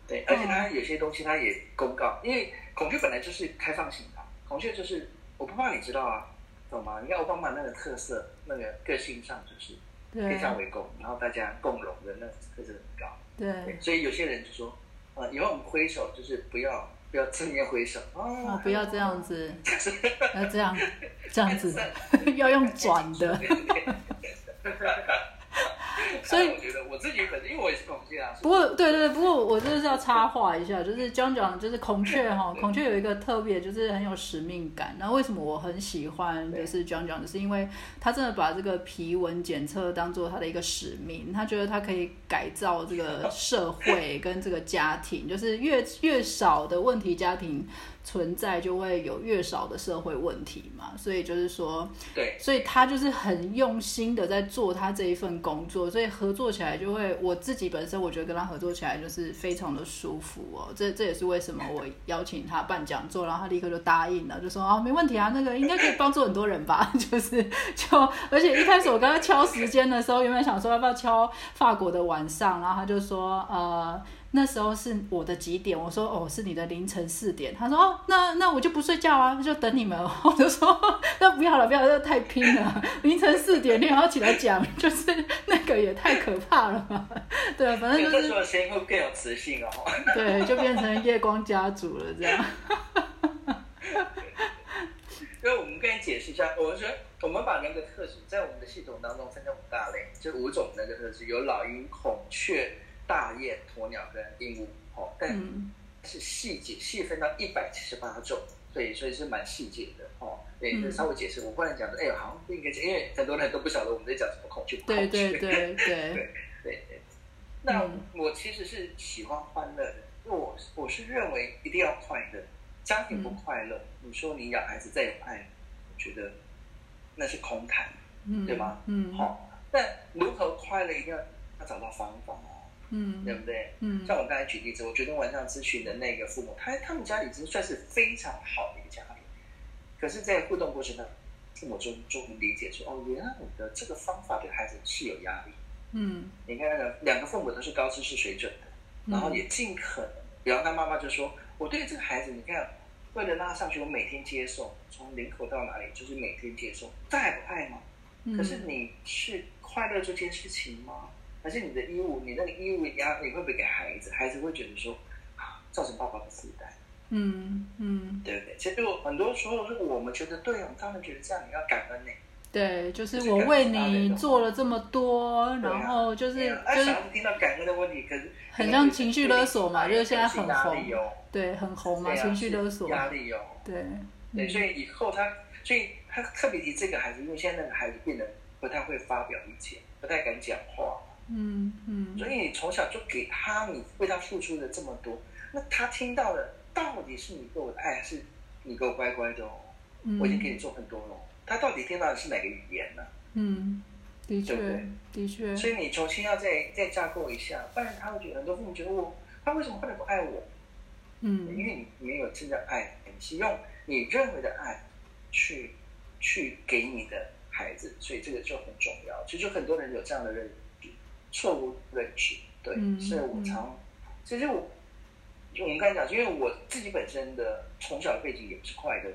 对，
嗯
而且他有些东西他也公告，因为孔雀本来就是开放型的，孔雀就是我不怕你知道啊，懂吗？你看奥巴马那个特色，那个个性上就是
对
天下为公，然后大家共荣的那个特色很高，
对
对，，所以有些人就说，呃，以后我们挥手就是不要不要正面挥手
哦
哦，，
不要这样子，要这样这样子， <laughs>
哎
要用转
<laughs>
的。所以
哎我觉得我自己本身，因为我也是孔雀啊，
不过，对对对，不过我就是要插话一下，就是讲讲就是孔雀哈，孔雀有一个特别，就是很有使命感。然后为什么我很喜欢就是讲讲，就是因为他真的把这个皮纹检测当做他的一个使命，他觉得他可以改造这个社会跟这个家庭， <laughs> 就是越越少的问题家庭存在，就会有越少的社会问题嘛。所以就是说，
对
所以他就是很用心的在做他这一份工作，所以合作起来就会，我自己本身我觉得跟他合作起来就是非常的舒服哦。这这也是为什么我邀请他办讲座，然后他立刻就答应了，就说啊没问题啊，那个应该可以帮助很多人吧， <laughs> 就是就而且一开始我跟他敲时间的时候，原本想说要不要敲法国的晚上，然后他就说呃。那时候是我的几点？我说哦，是你的凌晨四点。他说哦，那那我就不睡觉啊，就等你们。我就说那不要了，不要了，这太拼了。凌晨四点你还要起来讲，就是那个也太可怕了吧？对啊，反正就
这时
是
候的声音会更有磁性哦。
对，就变成夜光家族了这样。
因为我们们跟你解释一下，我们说我们把人格特质在我们的系统当中分成五大类，这五种人格特质有老鹰、孔雀、大雁、鸵鸟跟鹦鹉。哦，但
嗯
是细节细分到一百七十八种，对，所以是蛮细节的哦。对，
嗯
就稍微解释，我不然讲说，哎，好像不应该，因为很多人都不晓得我们在讲什么孔雀。
对
孔雀
对对对，
对对。那
嗯
我其实是喜欢欢乐的，因为我我是认为一定要快乐，家庭不快乐，你说你养孩子再有爱，我觉得那是空谈，
嗯，
对吧？
嗯，
好、但如何快乐，一定要要找到方法哦，对
嗯
不对？
嗯
像我刚才举例子，我昨天晚上咨询的那个父母，他他们家里已经算是非常好的一个家庭，可是，在互动过程当中，父母终终于理解说，哦，原来我的这个方法对孩子是有压力。
嗯，
你看，两个父母都是高知识水准的，然后也尽可能，比方他妈妈就说，我对这个孩子，你看，为了让他上学，我每天接送，从林口到哪里就是每天接送，这还不爱吗？
嗯
可是你是快乐这件事情吗？还是你的义务，你那个义务压力会不会给孩子？孩子会觉得说，啊，造成爸爸的负担，
嗯嗯，
对不对？其实我很多时候是我们觉得对哦，他们觉得这样你要感恩呢、
对，就是我为你做了这么多，
对啊
然后就是
对啊啊
就
小
是
孩子听到感恩的问题，可是
很像情绪勒索嘛
可
就是
能
现在很
是压力
红
哦，
对很红嘛，
对啊
情绪勒索
是，压力哦，
对，
对，
嗯
所以以后他，所以他特别提这个孩子，因为现在那个孩子变得不太会发表意见，不太敢讲话，
嗯嗯
所以你从小就给他，你为他付出的这么多，那他听到的到底是你对我的爱，还是你给我乖乖的哦？
嗯，
我已经给你做很多了哦，他到底听到的是哪个语言呢？
嗯，的
对不
确
对
的确，
所以你重新要再再架构一下，不然他会觉得很多父母觉得我，他为什么不能够爱我？因
嗯
为你没有真的爱，你是用你认为的爱去去给你的孩子，所以这个就很重要。其实很多人有这样的认知，错误认知，对，
嗯
所以我常，其实我就我们刚才讲，因为我自己本身的从小的背景也不是快乐，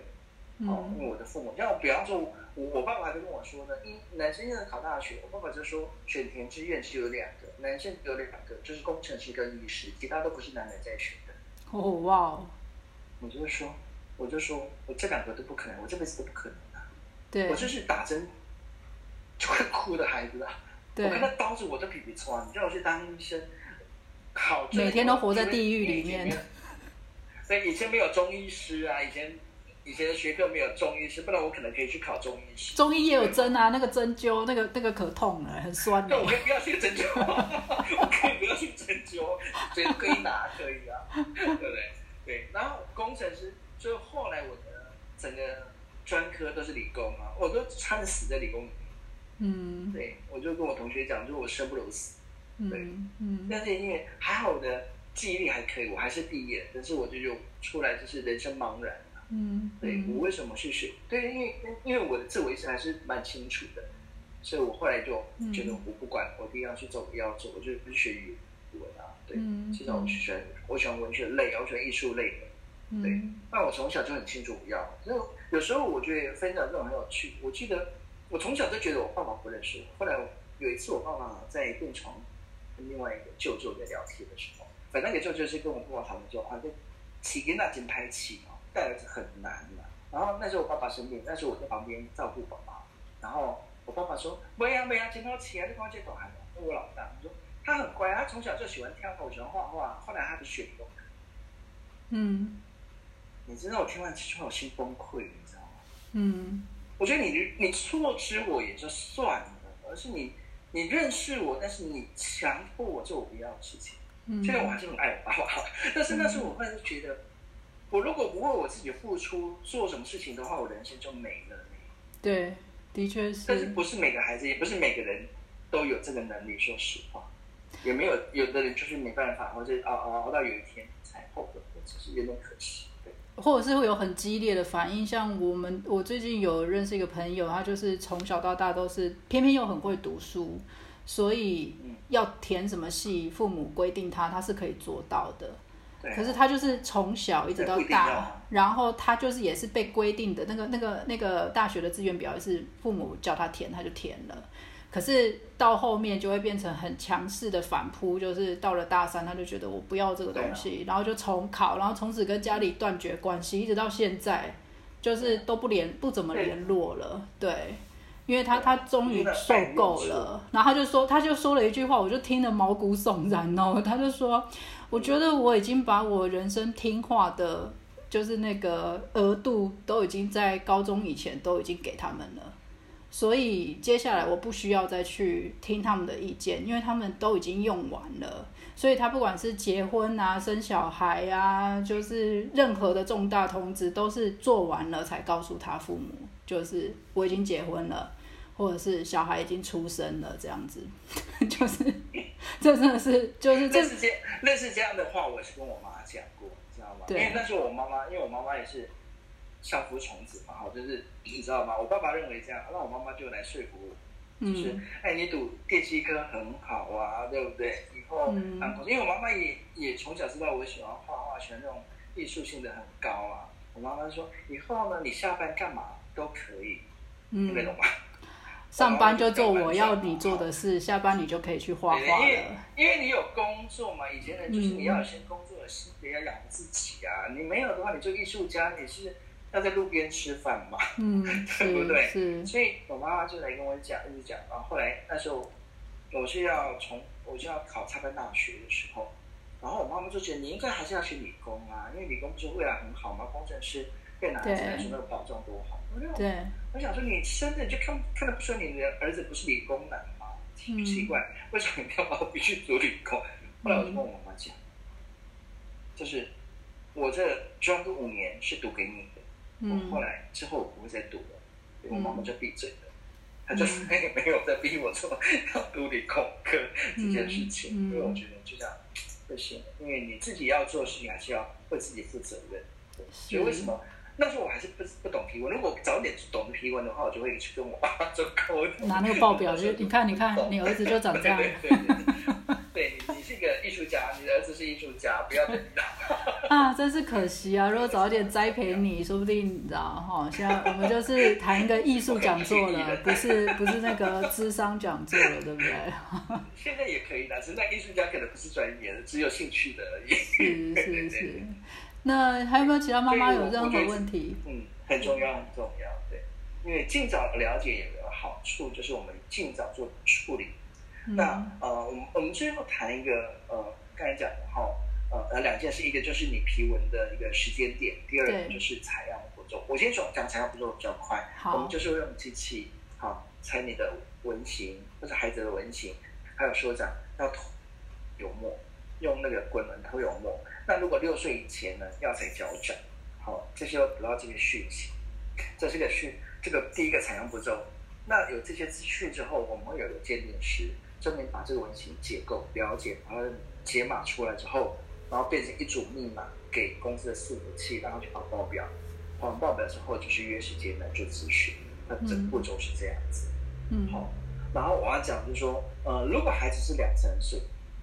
哦，
嗯
因为我的父母，像比方说我，我爸爸还跟我说呢，因男生现在考大学，我爸爸就说选填志愿是有两个，男生有两个，就是工程师跟医师，其他都不是男人在选的。
哦哇哦，
我就说，我就说我这两个都不可能，我这辈子都不可能啊！
对
我就是打针就会哭的孩子啊！我看到
对，
刀子我都皮皮穿，啊你叫我去当医生，好，
每天都活在地狱里面
因为以前
<laughs>
没有。所以以前没有中医师啊，以前以前的学科没有中医师，不然我可能可以去考中医师。
中医也有针啊，那个针灸那个那个可痛了，很酸
那我
的，
可以不要去针灸， <laughs> 我可以不要去针灸，嘴可以打可以啊，对不对？对，然后工程师，就后来我的整个专科都是理工啊，我都差点死在理工里面。
嗯
对，我就跟我同学讲，就是我生不如死，
嗯嗯
但是因为还好我的记忆力还可以，我还是毕业，但是我就就出来就是人生茫然。
嗯，
对
嗯
我为什么去学？对，因为因为我的自我意识还是蛮清楚的，所以我后来就觉得
嗯
我不管，我一定要去做我要做，我就去学语文啊。对，
嗯
至少我喜欢我喜欢文学类，我喜欢艺术类的。对
嗯
那我从小就很清楚我要，所以有时候我觉得分享这种很有趣。我记得我从小就觉得我爸爸不认识我，后来我有一次我爸爸在病床跟另外一个舅舅在聊天的时候，反正那个舅舅是跟我爸爸讨论说啊，这起跟那金拍起哦，带儿子很难的、然后那时候我爸爸生病，那时候我在旁边照顾爸爸，然后我爸爸说不要不要，金涛起啊，你光这小孩嘛，那我老大，我说他很乖，他从小就喜欢跳舞，喜欢画画，后来他就学游泳。
嗯
你知道我听完之后，我心崩溃，你知道吗？
嗯
我觉得你你错知我也就算了，而是你你认识我，但是你强迫我做我不要的事情。
嗯，
虽然我还是很爱我爸爸， <laughs> 但是那时候我忽然觉得，我如果不为我自己付出做什么事情的话，我人生就没了。
嗯对，的确
但是
是，
不是每个孩子，也不是每个人都有这个能力。说实话，也没有有的人就是没办法，或者熬熬熬到有一天才后悔，只是有点可惜。对，
或者是会有很激烈的反应。像我们，我最近有认识一个朋友，他就是从小到大都是，偏偏又很会读书，所以
嗯
要填什么系，父母规定他，他是可以做到的。
对啊。
可是他就是从小一直到
对不一定要
大
啊，
然后他就是也是被规定的那个那个那个大学的志愿表也是父母叫他填，他就填了。可是到后面就会变成很强势的反扑，就是到了大三，他就觉得
啊
我不要这个东西，然后就重考，然后从此跟家里断绝关系，一直到现在。就是
啊
都不联不怎么联络了，对。因为他他终于受够了，然后他就说他就说了一句话，我就听得毛骨悚然哦。 <laughs> 他就说，我觉得我已经把我人生听话的，就是那个额度都已经在高中以前都已经给他们了，所以接下来我不需要再去听他们的意见，因为他们都已经用完了。所以他不管是结婚啊、生小孩啊，就是任何的重大通知都是做完了才告诉他父母，就是我已经结婚了。或者是小孩已经出生了，这样子， <laughs> 就是这真的是就是这
类似这类似这样的话，我是跟我妈讲过，你知道吗？因
对
为那时候我妈妈，因为我妈妈也是相夫从子嘛，哈，就是你知道吗？我爸爸认为这样，那我妈妈就来说服我，就是
嗯
哎，你读电机科很好啊，对不对？以后
嗯
啊，因为我妈妈也也从小知道我喜欢画画，喜欢那种艺术性的很高啊。我妈妈说，以后呢，你下班干嘛都可以，你懂
嗯，
吗？
上班就做我要你做的事，下班你就可以去画
对因
画
为
了。
因为你有工作嘛，以前人就是
嗯
你要有先工作，先得要养自己啊。你没有的话，你做艺术家，你是要在路边吃饭嘛。
嗯，
<laughs> 对不对
是是，
所以我妈妈就来跟我讲，一直讲。然后后来那时候我是要从我就要考插班大学的时候，然后我妈妈就觉得你应该还是要去理工啊，因为理工不是未来很好吗？工程师电脑
对
进来说那个保障多好。我就
对，
我想说，你生的你就看看得不出你的儿子不是理工男吗？
嗯
奇怪，为什么你要把我逼去读理工？后来我就跟我妈妈讲，
嗯
就是我这专科五年是读给你的，我后
嗯
来之后我不会再读了，我妈妈就闭嘴了，她就
嗯
再也没有再逼我说要读理工科这件事情，
嗯嗯
因为我觉得就这样不行，因为你自己要做事，你还是要为自己负责任。
嗯
所以为什
是，
么那时候我还是不不懂皮纹？如果早点懂皮纹的话，我就会去跟我 <laughs> 爸爸做沟通。
拿那个报表就你看你看你儿子就长这样
<laughs> 对。对
<laughs>
对对，对你你是一个艺术家，你的儿子是艺术家，不要等
<laughs>
到。
啊，真是可惜啊！如果早一点栽培你，说不定你知道哈。现在我们就是谈一个艺术讲座了，不是不是那个智商讲座了，对不对？
现在也可以啦，只是那艺术家可能不是专业的，只有兴趣的而已。 <laughs>
是是是。那还有没有其他妈妈有任何问题？
嗯，很重要，很重要。对，因为尽早了解也有好处，就是我们尽早做处理那
嗯，
呃，我们我们最后谈一个呃，刚才讲的哈，呃呃两件事，一个就是你皮纹的一个时间点，第二个
对
就是采样的步骤。我先说讲采样步骤比较快，
好
我们就是用机器好采你的纹型或者孩子的纹型，还有说长要涂油墨，用那个滚轮涂油墨。那如果六岁以前呢，要采脚掌，好，这些都得到这个讯息，这是个讯，这个第一个采样步骤。那有这些资讯之后，我们会有一个鉴定师专门把这个文型结构了解，把它解码出来之后，然后变成一组密码给公司的伺服器，让它去跑报表。跑完报表之后，就是约时间来做咨询。那整个步骤是这样子。
嗯
好、然后我要讲就是说，呃，如果孩子是两三岁，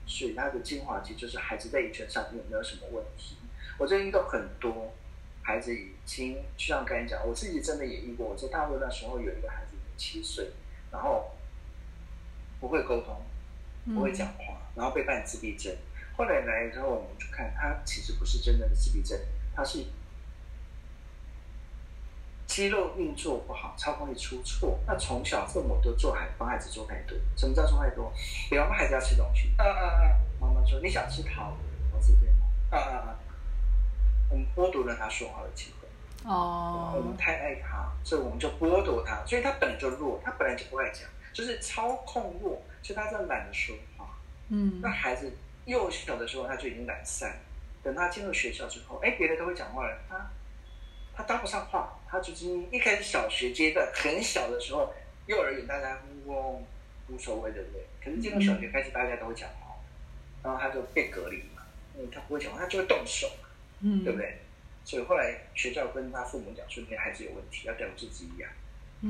所以他的精华期就是孩子在遗传上有没有什么问题？我最近都很多孩子已经，就像刚才讲，我自己真的也遇过，我在大陆那时候有一个孩子七岁，然后不会沟通，
嗯
不会讲话，然后被判自闭症。后来来之后，我们就看他其实不是真正的自闭症，他是肌肉运作不好，操控力出错。那从小父母都做海帮孩子做太多，什么叫做太多？比方说孩子要吃东西，啊啊啊！妈妈说你想吃桃，桃子对吗？啊啊啊！我们剥夺了他说话的机会。我
哦
们，太爱他，所以我们就剥夺他，所以他本来就弱，他本来就不爱讲，就是操控弱，所以他真的懒得说话。
嗯
那孩子幼小的时候他就已经懒散，等他进入学校之后，哎，别人都会讲话了，他他搭不上话，他就是一开始小学阶段很小的时候，幼儿园大家嗡无所谓，对不对？可是进入小学开始，大家都会讲话，然后他就被隔离嘛，嗯，他不会讲话，他就会动手。
嗯，
对不？对？所以后来学校跟他父母讲说，你孩子有问题，要带回去治医啊，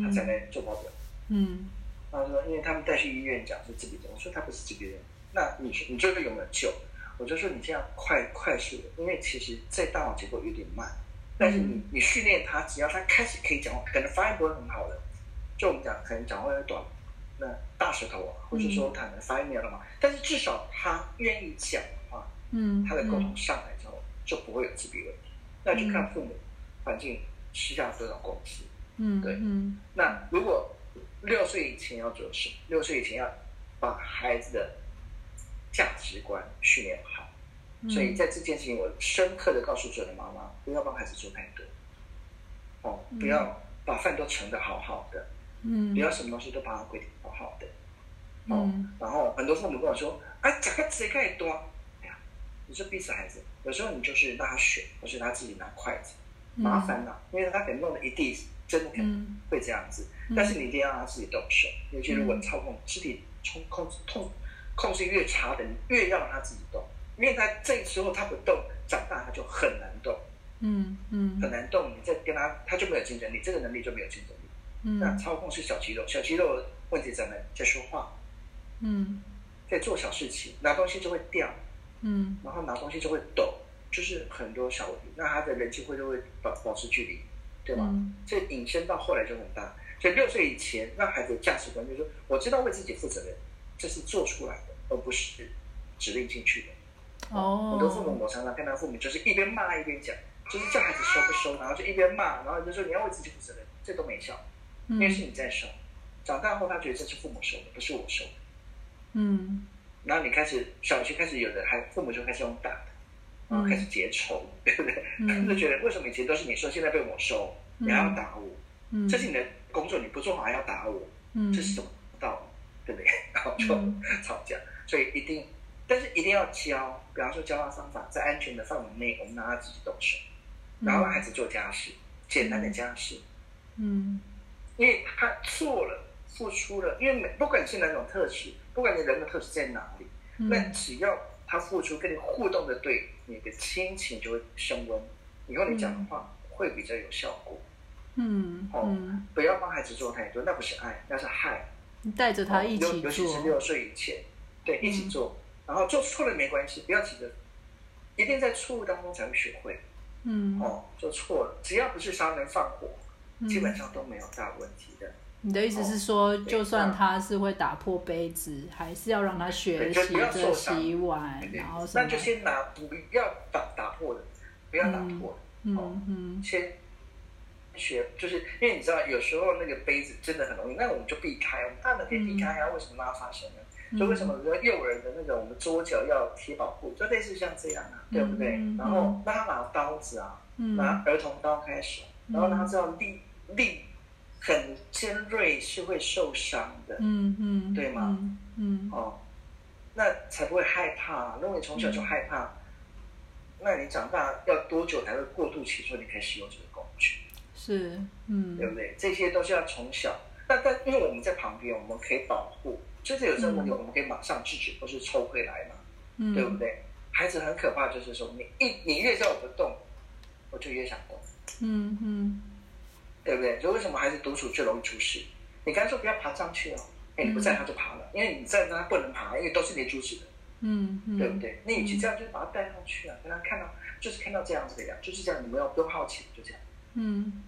他才能做报表。
嗯
他说，因为他们带去医院讲是自闭症，我说他不是自闭症，那你你这个有没有救？我就说你这样快快速的，因为其实在大脑结构有点慢，但是你你训练他，只要他开始可以讲话，可能发音不会很好了，就我们讲可能讲话有短，那大舌头啊，或者说他可能发音没有那么好，但是至少他愿意讲啊话，
嗯，
他的沟通上来之后，就不会有自闭问题。那就看父母环境需要多少共识。
嗯，
对
嗯
那如果六岁以前要做什么？六岁以前要把孩子的价值观训练好。
嗯
所以在这件事情，我深刻的告诉所有的妈妈，不要帮孩子做太多，哦，不要把饭都盛的好好的，
嗯，
不要什么东西都把它规定好好的。哦，
嗯
然后很多父母跟我说，啊，这个谁盖多？哎呀，你说逼死孩子，有时候你就是让他选，或是他自己拿筷子，麻烦了、因为他可能弄得一地，真的可能
嗯
会这样子。
嗯
但是你一定要让他自己动手，尤其如果操控肢体冲控控控制越差的，你越要让他自己动，因为他这时候他不动，长大他就很难动，
嗯嗯
很难动，你再跟他他就没有竞争力，这个能力就没有竞争力。那
嗯
操控是小肌肉，小肌肉问题咱们在说话，
嗯
在做小事情，拿东西就会掉，
嗯
然后拿东西就会抖，就是很多小问题。那他的人际会就会保保持距离，对吗？
嗯
所以引申到后来就很大。所以六岁以前让孩子的价值观就是说，我知道为自己负责任，这是做出来的，而不是指令进去的。很多父母
哦，
我常常看到父母就是一边骂一边讲，就是叫孩子收不收，然后就一边骂，然后就说你要为自己负责任，这都没效，
嗯
因为是你在收。长大后他觉得这是父母收的，不是我收的。
嗯
然后你开始小学开始有的还父母就开始用打的，然后开始结仇，对不对？
嗯
就觉得为什么以前都是你收，现在被我收，你还要打我？
嗯，
这是你的工作，你不做好还要打我，
嗯
这是什么道理？对不对？ <laughs> 然后就
嗯
吵架，所以一定，但是一定要教，比方说教他方法，在安全的范围内，我们让他自己动手，然后让孩子做家事，简单的家事，
嗯
因为他做了，付出了，因为每不管你是哪种特质，不管你人的特质在哪里，
嗯
那只要他付出跟你互动的对，你的亲情就会升温，以后你讲的话会比较有效果。
嗯嗯，
不要帮孩子做太多，那不是爱，那是害。
你带着他一
哦尤
起
尤其是
做，嗯
六岁以前，对，一起做，然后做错了没关系，不要急着，一定在错误当中才会学会。
嗯，
哦，做错了，只要不是杀人放火，
嗯
基本上都没有大问题的。
你的意思是说，就算他是会打破杯子，还是要让他学习着洗碗，然后什
那
么
就？先拿，不要打打破的，不要打破的，
嗯嗯
先学，就是因为你知道，有时候那个杯子真的很容易，那我们就避开，啊我们大人可以避开啊，为什么让它发生呢？
嗯
所以为什么说幼儿的那种我们桌角要贴保护，就类似像这样啊，
嗯
对不对？
嗯
然后让他拿刀子啊，
嗯
拿儿童刀开始，
嗯
然后让他知道力力很尖锐是会受伤的，
嗯嗯，
对吗？
嗯
哦，那才不会害怕。啊如果你从
嗯
小就害怕，那你长大要多久才会过渡期说你可以使用这个工具，
是，
对
嗯
不对？这些都是要从小。那但因为我们在旁边，我们可以保护，就是有这个问题，
嗯
我们可以马上制止或是抽回来嘛，
嗯，
对不对？孩子很可怕，就是说你一你越叫我不动，我就越想动，
嗯嗯
对不对？所以为什么孩子独处最容易出事？你干脆不要爬上去哦，哎，你不在他就爬了，因为你在他不能爬，因为都是你阻止的。
嗯嗯，
对不？对？那与其这样，就是把他带上去啊，跟他看到，就是看到这样子的呀，就是这样，你们要不用好奇，就这样，
嗯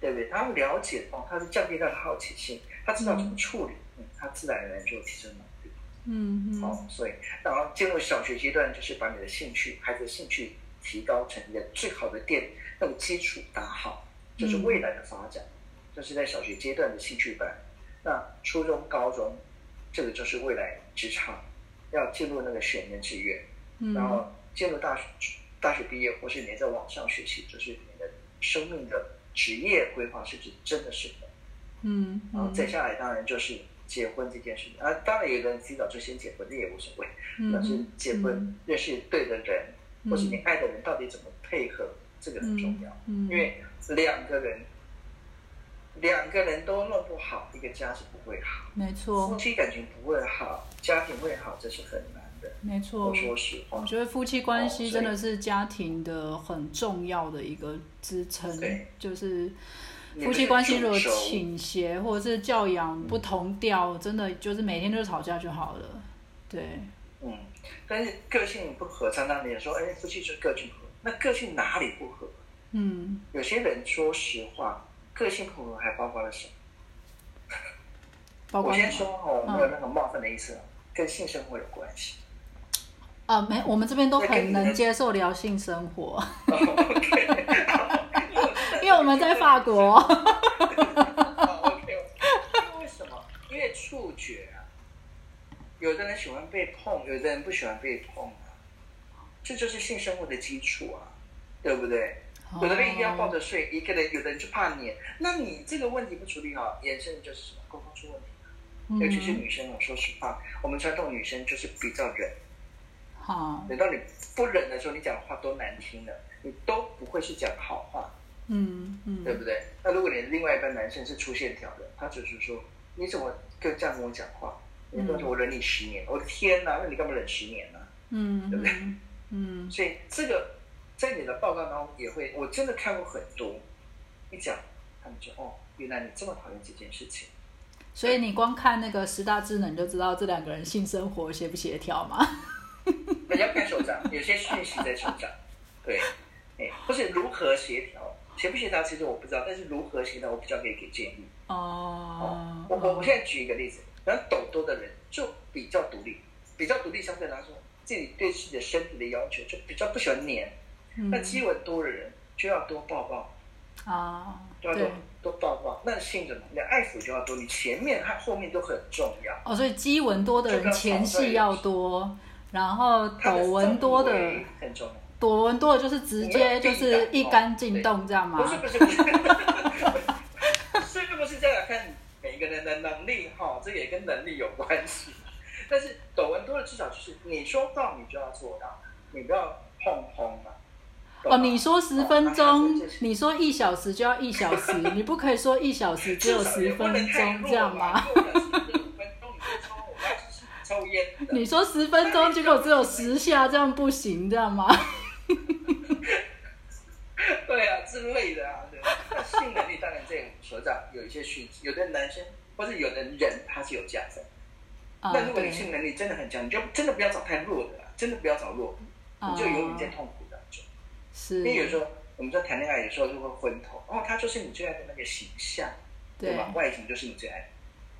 对不对？他会了解哦，他是降低他的好奇心，他知道怎么处理，嗯，他自然而然就有提升能力。
嗯嗯，
哦，所以然后进入小学阶段，就是把你的兴趣，孩子的兴趣提高成你的最好的垫，那个基础打好，就是未来的发展，
嗯
就是在小学阶段的兴趣班。那初中、高中，这个就是未来职场要进入那个选人志愿。然
嗯
后进入大学，大学毕业或是你在网上学习，就是你的生命的职业规划是不是真的是的？
嗯，
然后再下来当然就是结婚这件事情啊，当然有的人提早就先结婚，那也无所谓。
嗯
但是结婚认识对的人，或是你爱的人到底怎么配合，这个很重要，
嗯，
因为两个人。两个人都弄不好，一个家是不会好，
没
夫
错
妻感情不会好，家庭会好，这是很难的。
没错
我，说哦实话
我，觉得夫妻关系真的是家庭的很重要的一个支撑
对，
就是
你
夫
们
妻
是
关系如果
助手嗯
倾斜或者是教养不同调，真的就是每天就是吵架就好了。对，
嗯，但是个性不合，常常人说，哎，夫妻就是个性不合，那个性哪里不合？
嗯，
有些人说实话，个性不合还包括了什么？
包括
我
什
先
么嗯
说哦，没有那种冒犯的意思啊，跟性生活有关系。
啊，没，我们这边都
那跟
很
你的
能接受聊性生活，
OK， <laughs>
因为我们在法国？
好，OK，因为为什么？因为触觉啊，有的人喜欢被碰，有的人不喜欢被碰啊，这就是性生活的基础啊，对不对？哦有的人一定要抱着睡，一个人有的人就怕黏。那你这个问题不处理好，延伸的就是什么沟通出问题。
嗯
尤其是女生，我说实话，我们传统女生就是比较忍，
好，
等到你不忍的时候，你讲的话都难听了，你都不会去讲好话，
嗯嗯，
对不对？那如果你另外一半男生是粗线条的，他只是说你怎么跟这样跟我讲话？你告诉我忍你十年，我的天哪，那你干嘛忍十年呢、
嗯
对不对
嗯嗯
所以这个在你的报告当中也会，我真的看过很多，一讲他们就哦，原来你这么讨厌这件事情。
所以你光看那个十大智能，你就知道这两个人性生活协不协调嘛？
那要看手掌，有些讯息在手掌，对，哎，或是如何协调，协不协调其实我不知道，但是如何协调我比较可以给建议。
哦，
我我我现在举一个例子，然后抖多的人就比较独立，比较独立相对来说，自己对自己的身体的要求就比较不喜欢黏，
嗯
那肌纹多的人就要多抱抱，
啊，
就要多
对。
多抱抱，那性的你的爱抚就要多，你前面和后面都很重要。
哦，所以肌纹多的
这
人
个
前
防
戏
卫
要多，然后
它
抖
的
纹多的
氛，围很重要。
抖纹多的就是直接就是一杆进洞这样吗
不？是不是不 <laughs> 是，这个不是这样看每个人的能力哈，这也跟能力有关系。但是抖纹多的至少就是你说到你就要做到，你不要碰碰嘛。懂吗
哦，你说十
哦
分
啊
钟
这件事，情
你说一小时就要一小时，你不可以说一小时只有十分钟这样吗？？
至少也不能太弱嘛如果有十分钟你就抽，我要去抽烟的。
你说十分钟，结果只有十下，这样不行，这样吗？
<laughs> 对啊之类的啊，对。那性能力当然这所长有一些讯息，有的男生或者有的人他是有加分。
啊，
那如果你
对，
性能力真的很强，你就真的不要找太弱的啦，啊真的不要找弱的，
啊
你，就永远在痛苦当中。
是
因，为有时候我们在谈恋爱，有时候就会昏头，哦，他就是你最爱的那个形象，对
对
吧？外形就是你最爱的。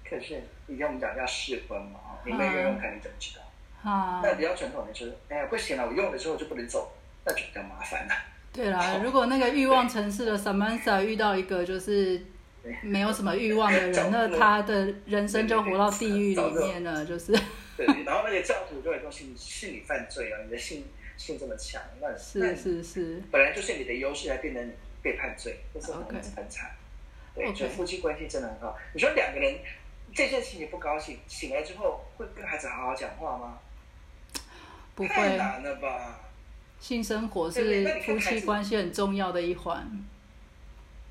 可是以前我们讲要试婚嘛，哦你没有用看你怎么知道？
啊，
那比较传统的就是，哎呀不行了，我用的时候就不能走，那就比较麻
<laughs>
烦了。
对啦，如果那个欲望城市的 Samantha 遇到一个就是没有什么欲望的
<laughs>
人，那他的人生就活到地狱里面了，就是
对，然后那个教徒就会说是你是你犯罪啊，你的性性这么强，那你那
是是
你
是，
本来就是你的优势，还变成你被判罪，这是很
OK
很惨。对，
OK
所以夫妻关系真的很好。你说两个人这件事情你不高兴，醒来之后会跟孩子好好讲话吗？
不
太
会，
难了吧？
性生活是夫妻关系很重要的一环。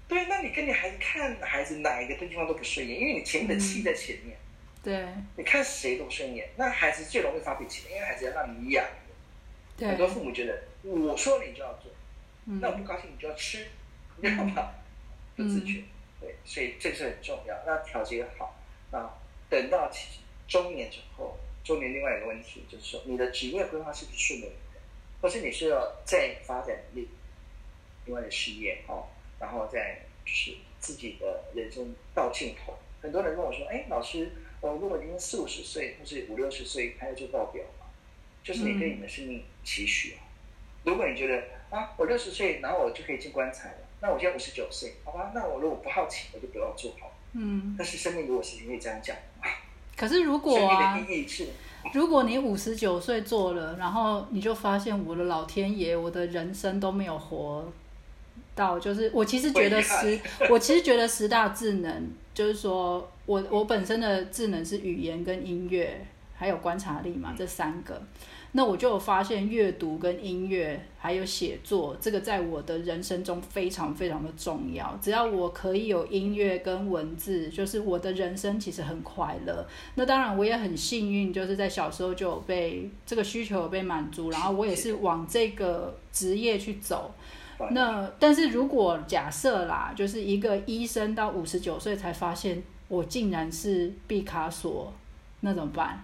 对，那你跟你孩子看孩子哪一个地方都不顺眼，因为你前面的气在前面，
嗯对
你看谁都不顺眼，那孩子最容易发脾气，因为孩子要让你养。很
对
多，父母觉得我说你就要做，
嗯
那我不高兴你就要吃，你知道吗？不自觉，对，所以这是很重要。那调节好，那等到其中年之后，中年另外一个问题就是说，你的职业规划是不是顺利的，或是你是要再发展另另外的事业哦，然后再就是自己的人生到尽头。很多人跟我说，哎，老师，我如果已经四五十岁或是五六十岁，还要做报表吗？就是你对你的生命期许啊。如果你觉得啊，我六十岁，然后我就可以进棺材了，那我现在五十九岁，好吧，那我如果不好奇，我就不要做好。
嗯。
但是生命如果是可以这样讲的话，
可是如果
生
啊
命，的意义是，
如果你五十九岁做了，然后你就发现我的老天爷，我的人生都没有活到，就是我其实觉得十， <laughs> 我其实觉得十大智能，就是说我我本身的智能是语言跟音乐，还有观察力嘛，这三个。那我就有发现阅读跟音乐还有写作，这个在我的人生中非常非常的重要。只要我可以有音乐跟文字，就是我的人生其实很快乐。那当然，我也很幸运，就是在小时候就有被这个需求有被满足，然后我也是往这个职业去走。那但是如果假设啦，就是一个医生到五十九岁才发现我竟然是毕卡索，那怎么办？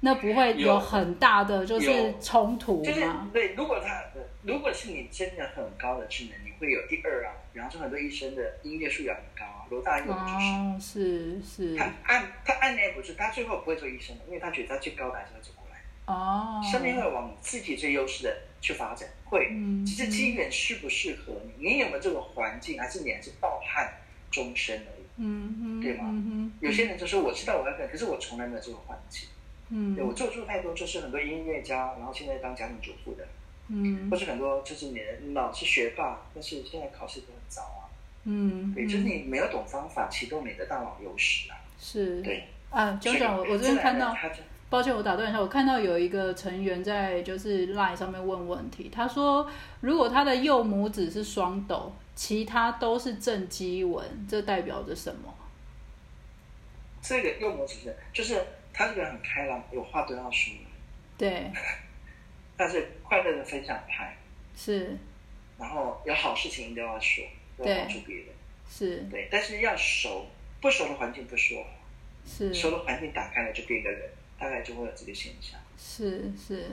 那不会有
有
很大的就是
有
冲突
就是
吗？
对，如果他如果是你真的很高的智能，你会有第二啊，比方说很多医生的音乐素养很高啊，罗大佑就是。
哦，是是
他按他按捺不住，他最后不会做医生的，因为他觉得他最高的还是会走过来。
哦，
生命会往你自己最优势的去发展，会。
嗯
只是机缘适不适合你，你有没有这个环境，还是你还是抱憾终身而已。
嗯哼，
对吗
嗯哼，
有些人就说我知道我要干，可是我从来没有这个环境。
嗯
对我做出太多，就是很多音乐家，然后现在当家庭主妇的，
嗯
或是很多就是你的老是学霸，但是现在考试都很糟啊。
嗯，
对，就是你没有懂方法启动你的大脑优势啊。
是
对，
啊，九九，我我这边看到。
他就
抱歉，我打断一下，我看到有一个成员在就是 Line 上面问问题，他说如果他的右拇指是双抖，其他都是正畸纹，这代表着什么？
这个右模主持人，就是他这个人很开朗，有话都要说，
对，
但是快乐的分享派，
是
然后有好事情一定要说，要帮助别人。
是
对，但是要熟，不熟的环境不说，
是
熟的环境打开了就变一个人，大概就会有这个现象。
是是。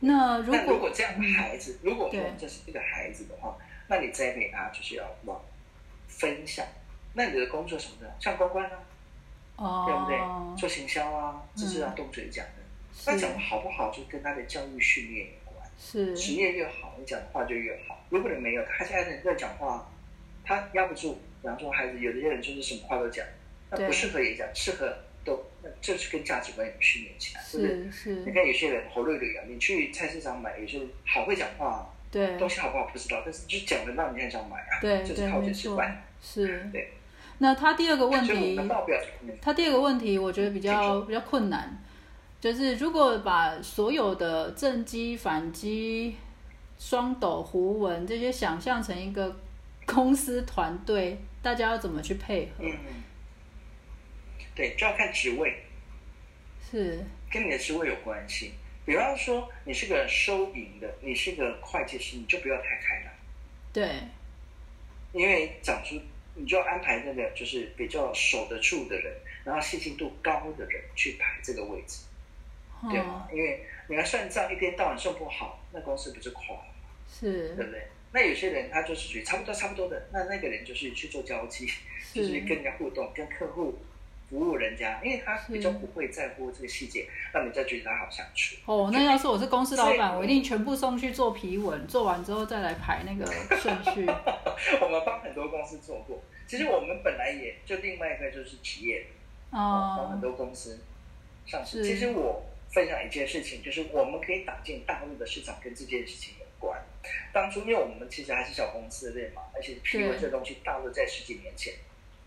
那如
那
果
如果这样的孩子，如果说
对
这是一个孩子的话，那你栽培他就是要往分享。那你的工作什么的，像关关啊，对不对？
哦，
做行销啊，这是他动嘴讲的。那
是
讲的好不好，就跟他的教育训练有关。职
是
业越好，你讲的话就越好。如果你没有，他现在在乱讲话，他压不住。比方说，孩子有的人就是什么话都讲，那
对
不适合也讲，适合都，那这是跟价值观有训练起来，对不对？
是
你
是，
看有些人喉咙有啊痒，你去菜市场买，有些人好会讲话，啊
对
东西好不好不知道，但是就讲的让你很想买啊，
对
就是
对，
靠
没
这吃
错
饭。，
是
对。
那他第二个问
<laughs> 所以我
题
们的报表，嗯
他第二个问题，我觉得比
请
较
说
比较困难，就是如果把所有的正畸、反畸、双斗、弧纹这些想象成一个公司团队，大家要怎么去配合？
嗯，对，就要看职位，
是
跟你的职位有关系。比方说，你是个收银的，你是个会计师，你就不要太开朗。
对，
因为长出，你就要安排那个就是比较守得住的人，然后细心度高的人去排这个位置，对
嗯
吗，？因为你要算账，一天到晚算不好，那公司不是垮了，对
是
不对？那有些人他就是属于差不多差不多的，那那个人就是去做交际，就是跟人家互动，跟客户服务人家，因为他比较
是
不会在乎这个细节，让人家觉得他好相处。
哦，那要是我是公司老
所以
板，我一定全部送去做皮纹，做完之后再来排那个顺
<laughs>
序。
我们帮很多公司做过，其实我们本来也就另外一个就是职业哦，帮
哦，
很多公司上市。
是
其实我分享一件事情，就是我们可以打进大陆的市场，跟这件事情有关。当初因为我们其实还是小公司对嘛，而且批文
对
这东西，大陆在十几年前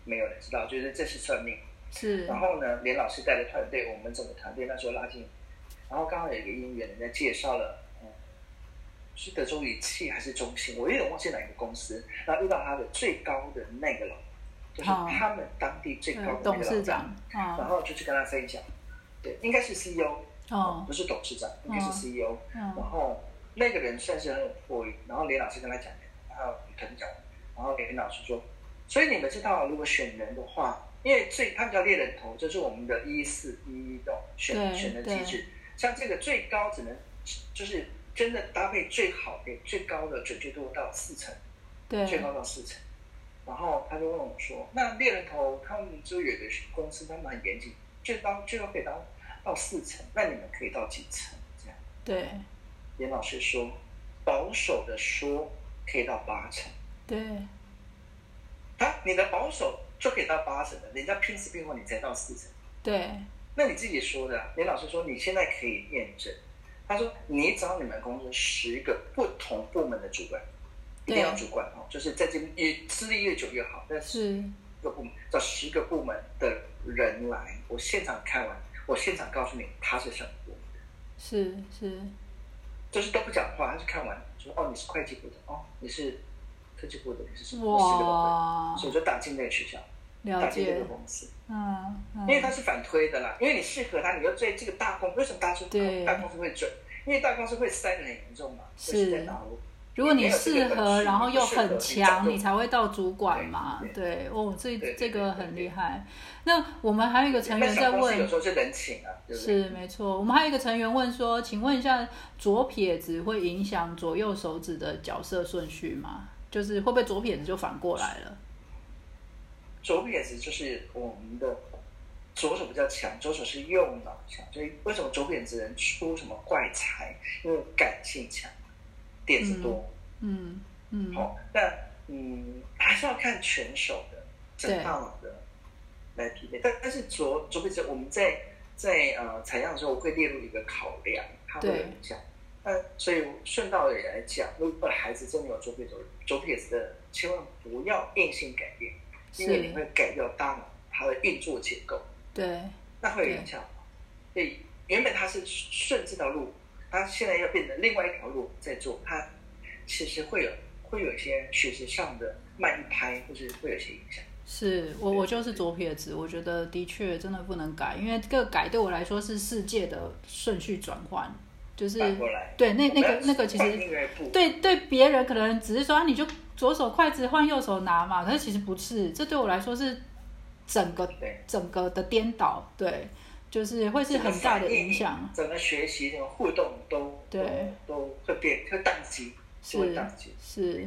没有人知道，就是这是算命。
是
然后呢，连老师带的团队，我们整个团队那时候拉进，然后刚好有一个音乐人在介绍了，嗯，是德州仪器还是中兴，我有点忘记哪一个公司，然后遇到他的最高的那个老板，就是
好
他们当地最高的
哦对
那
董
个
事
老板
长
然
啊，
后就去跟他分享，对，应该是 CEO，、
哦
不是董事长，应该是 E
哦
CEO、然
嗯
后那个人算是很有魄力，然后连老师跟他讲，然后跟他讲，然后连老师说，所以你们知道，如果选人的话，因为最他们叫猎人头，就是我们的一四一一种
对
选选人机
对
制，像这个最高只能就是真的搭配最好的最高的准确度到四成。最
对
高到四成。然后他就问我说：“那猎人头他们就有的公司，他们很严谨，最高最高可以到到四成，那你们可以到几成？”这样，
对
严老师说，保守的说可以到八成。
对。
啊，你的保守就可以到八成的，人家拼死拼活你才到四成，
对，
那你自己说的啊。严老师说你现在可以验证，他说你找你们公司十个不同部门的主管，一定要
对
主管哦，就是在这边越资历越久越好，但是
是，
个部门，找十个部门的人来，我现场看完，我现场告诉你他是什么部门，
是，是，
就是都不讲话，他就看完说哦你是会计部的，哦你是科技部的，你是什么？我十个都
哇
会，，所以我就打进那个学校，
了
打进这
解
个，公司，
嗯，嗯
因为他是反推的啦，因为你适合他，你要在这个大公，为什么大公
对
大公司会准？因为大公司会塞得很严重嘛，就是
是
在大陆。
如果
没
你
有这
适
个本
合，
事
然后
你
又
不适合
很
你
强，
就
你才会到主管嘛，
对
对，哦，这
对对
这个
对
很
对
厉害。那我们还有一个成
那
员在
小公司有
问
时，候是人情啊，对不对？
是没错，我们还有一个成员问说，请问一下，左撇子会影响左右手指的角色顺序吗？就是会不会左撇子就反过来了？
左撇子就是我们的左手比较强，左手是右脑强，所以为什么左撇子人出什么怪才？因为感性强，点子多。
嗯嗯，
好、那嗯，还是要看全手的整大脑的来匹配。但但是左左撇子，我们在在呃采样的时候，我会列入一个考量，它会有
对
影响。那所以顺道的也来讲，如果孩子真的有左撇子左撇子的，千万不要硬性改变，因为你
是，
会改掉大脑它的运作结构。
对，
那会有影响。所以原本他是顺这条路，他现在要变成另外一条路在做，他其实会有会有一些学习上的慢一拍，或是会有一些影响。
是我我就是左撇子，我觉得的确真的不能改，因为这个改对我来说是世界的顺序转换，就是
反过来，
对那那
我
个
们要
那个其
换
实
另外一步，
对对别人可能只是说、啊、你就左手筷子换右手拿嘛，可是其实不是，这对我来说是整个
对
整个的颠倒，对，就是会是很大的影响，
整个学习、整个互动都
对
都都会变，会宕机，是会
是
宕机。
是。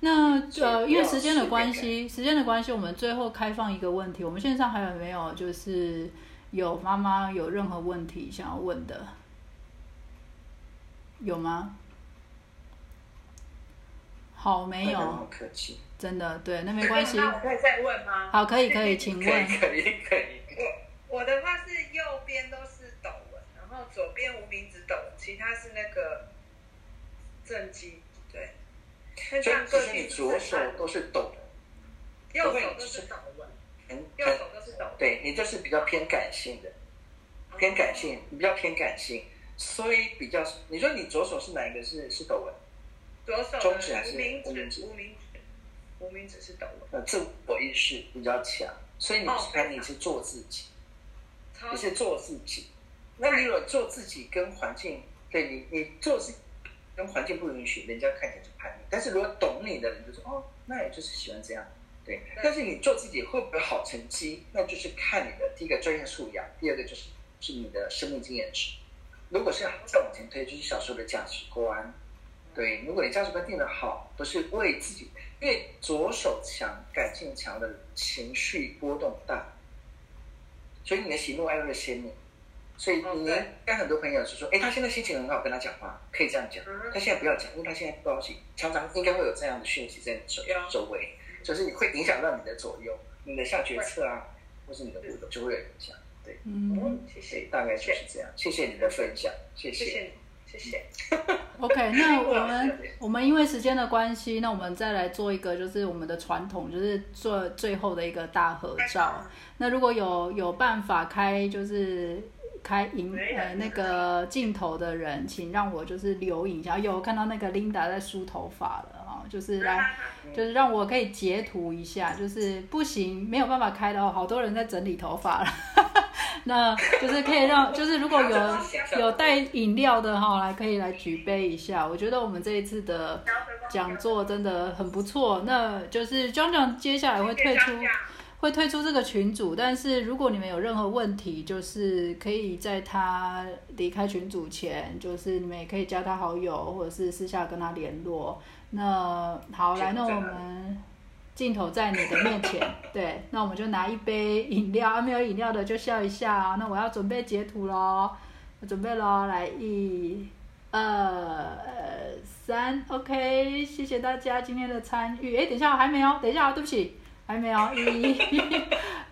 那
所以
呃，
不
因为
要
时间的
随便
关
改
系，时间的关系，我们最后开放一个问题，我们线上还有没有就是有妈妈有任何问题想要问的？有吗？好，没
不要那么
有，
客气，
真的对，那没关系。
那我可以再问吗？
好，可以可以，请
可
问
以可 <laughs> 以可以。
我的话是右边都是斗纹，然后左边无名指斗，其他是那个正畸。对，那
所以
像
其
个
实你
性
左手都是抖的，
右手都是斗纹，
很
右
很
手都是斗纹。
对你就是比较偏感性的，偏感
哦
性，比较偏感性，所以比较，你说你左手是哪一个是是抖纹？
左手
中指还
的
是
无名
无名指
指，无名指，无名指是斗纹，
呃，自我意识比较强，所以你
哦
看你是做自己，
哦
超
你是做自己。那你如果做自己跟环境，对你你做自己跟环境不允许，人家看起来就叛逆。但是如果懂你的人就说哦，那也就是喜欢这样。对，但是你做自己会不会好成绩，那就是看你的第一个专业素养，第二个就是是你的生命经验值。如果是再往前推，就是小时候的价值观。对，如果你价值观定得好，不是为自己，因为左手强、感性强的情绪波动大，所以你的喜怒哀乐鲜明。所以
哦
你
对
跟很多朋友就说，哎，他现在心情很好，跟他讲话可以这样讲
嗯，哼
他现在不要讲，因为他现在不高兴。常常应该会有这样的讯息在你周
有
周围，就是你会影响到你的左右，你的下决策啊，或是你的互动就会有影响。
嗯
哦谢谢
对，大概就是这样。谢谢你的分享，谢
谢谢
谢。
你，谢谢。
，OK，那我们
对
我们因为时间的关系，那我们再来做一个就是我们的传统，就是做最后的一个大合照。那如果有有办法开就是开影呃那个镜头的人，请让我就是留影一下。有我看到那个 Linda 在梳头发了啊、哦，就是来。就是让我可以截图一下，就是不行没有办法开的哦，好多人在整理头发了， <laughs> 那就是可以让，就是如果
<laughs>
有有带饮料的哈、来可以来举杯一下。我觉得我们这一次的讲座真的很不错，那就是庄庄接下来会退出。会退出这个群组，但是如果你们有任何问题，就是可以在他离开群组前，就是你们也可以加他好友，或者是私下跟他联络。那好，来，那我们镜头在你的面前，对，那我们就拿一杯饮料，啊、没有饮料的就笑一下啊、那我要准备截图喽，我准备喽，来一。二三，OK，谢谢大家今天的参与。哎，等一下，还没有，等一下，对不起，还没有，哦一、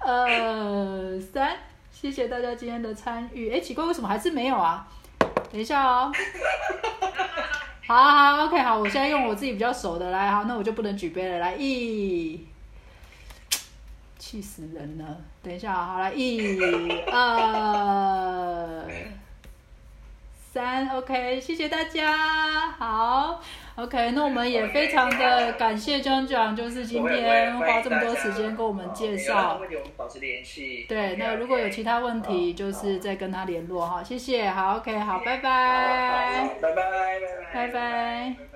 二、三，谢谢大家今天的参与。哎，奇怪，为什么还是没有啊？等一下哦。 <laughs> 好好好，OK，好，我现在用我自己比较熟的来，好，那我就不能举杯了，来一，气死人了。等一下啊，好来，E 一、二、三，OK，谢谢大家，好，OK，那我们也非常的感谢 John John，就是今天花这么多时间跟我们介绍
有任何。问题我们保持联系。
对，那如果有其他问题，就是再跟他联络哈。谢谢，好，OK，好，拜拜，
拜拜，拜拜，
拜拜。
拜拜。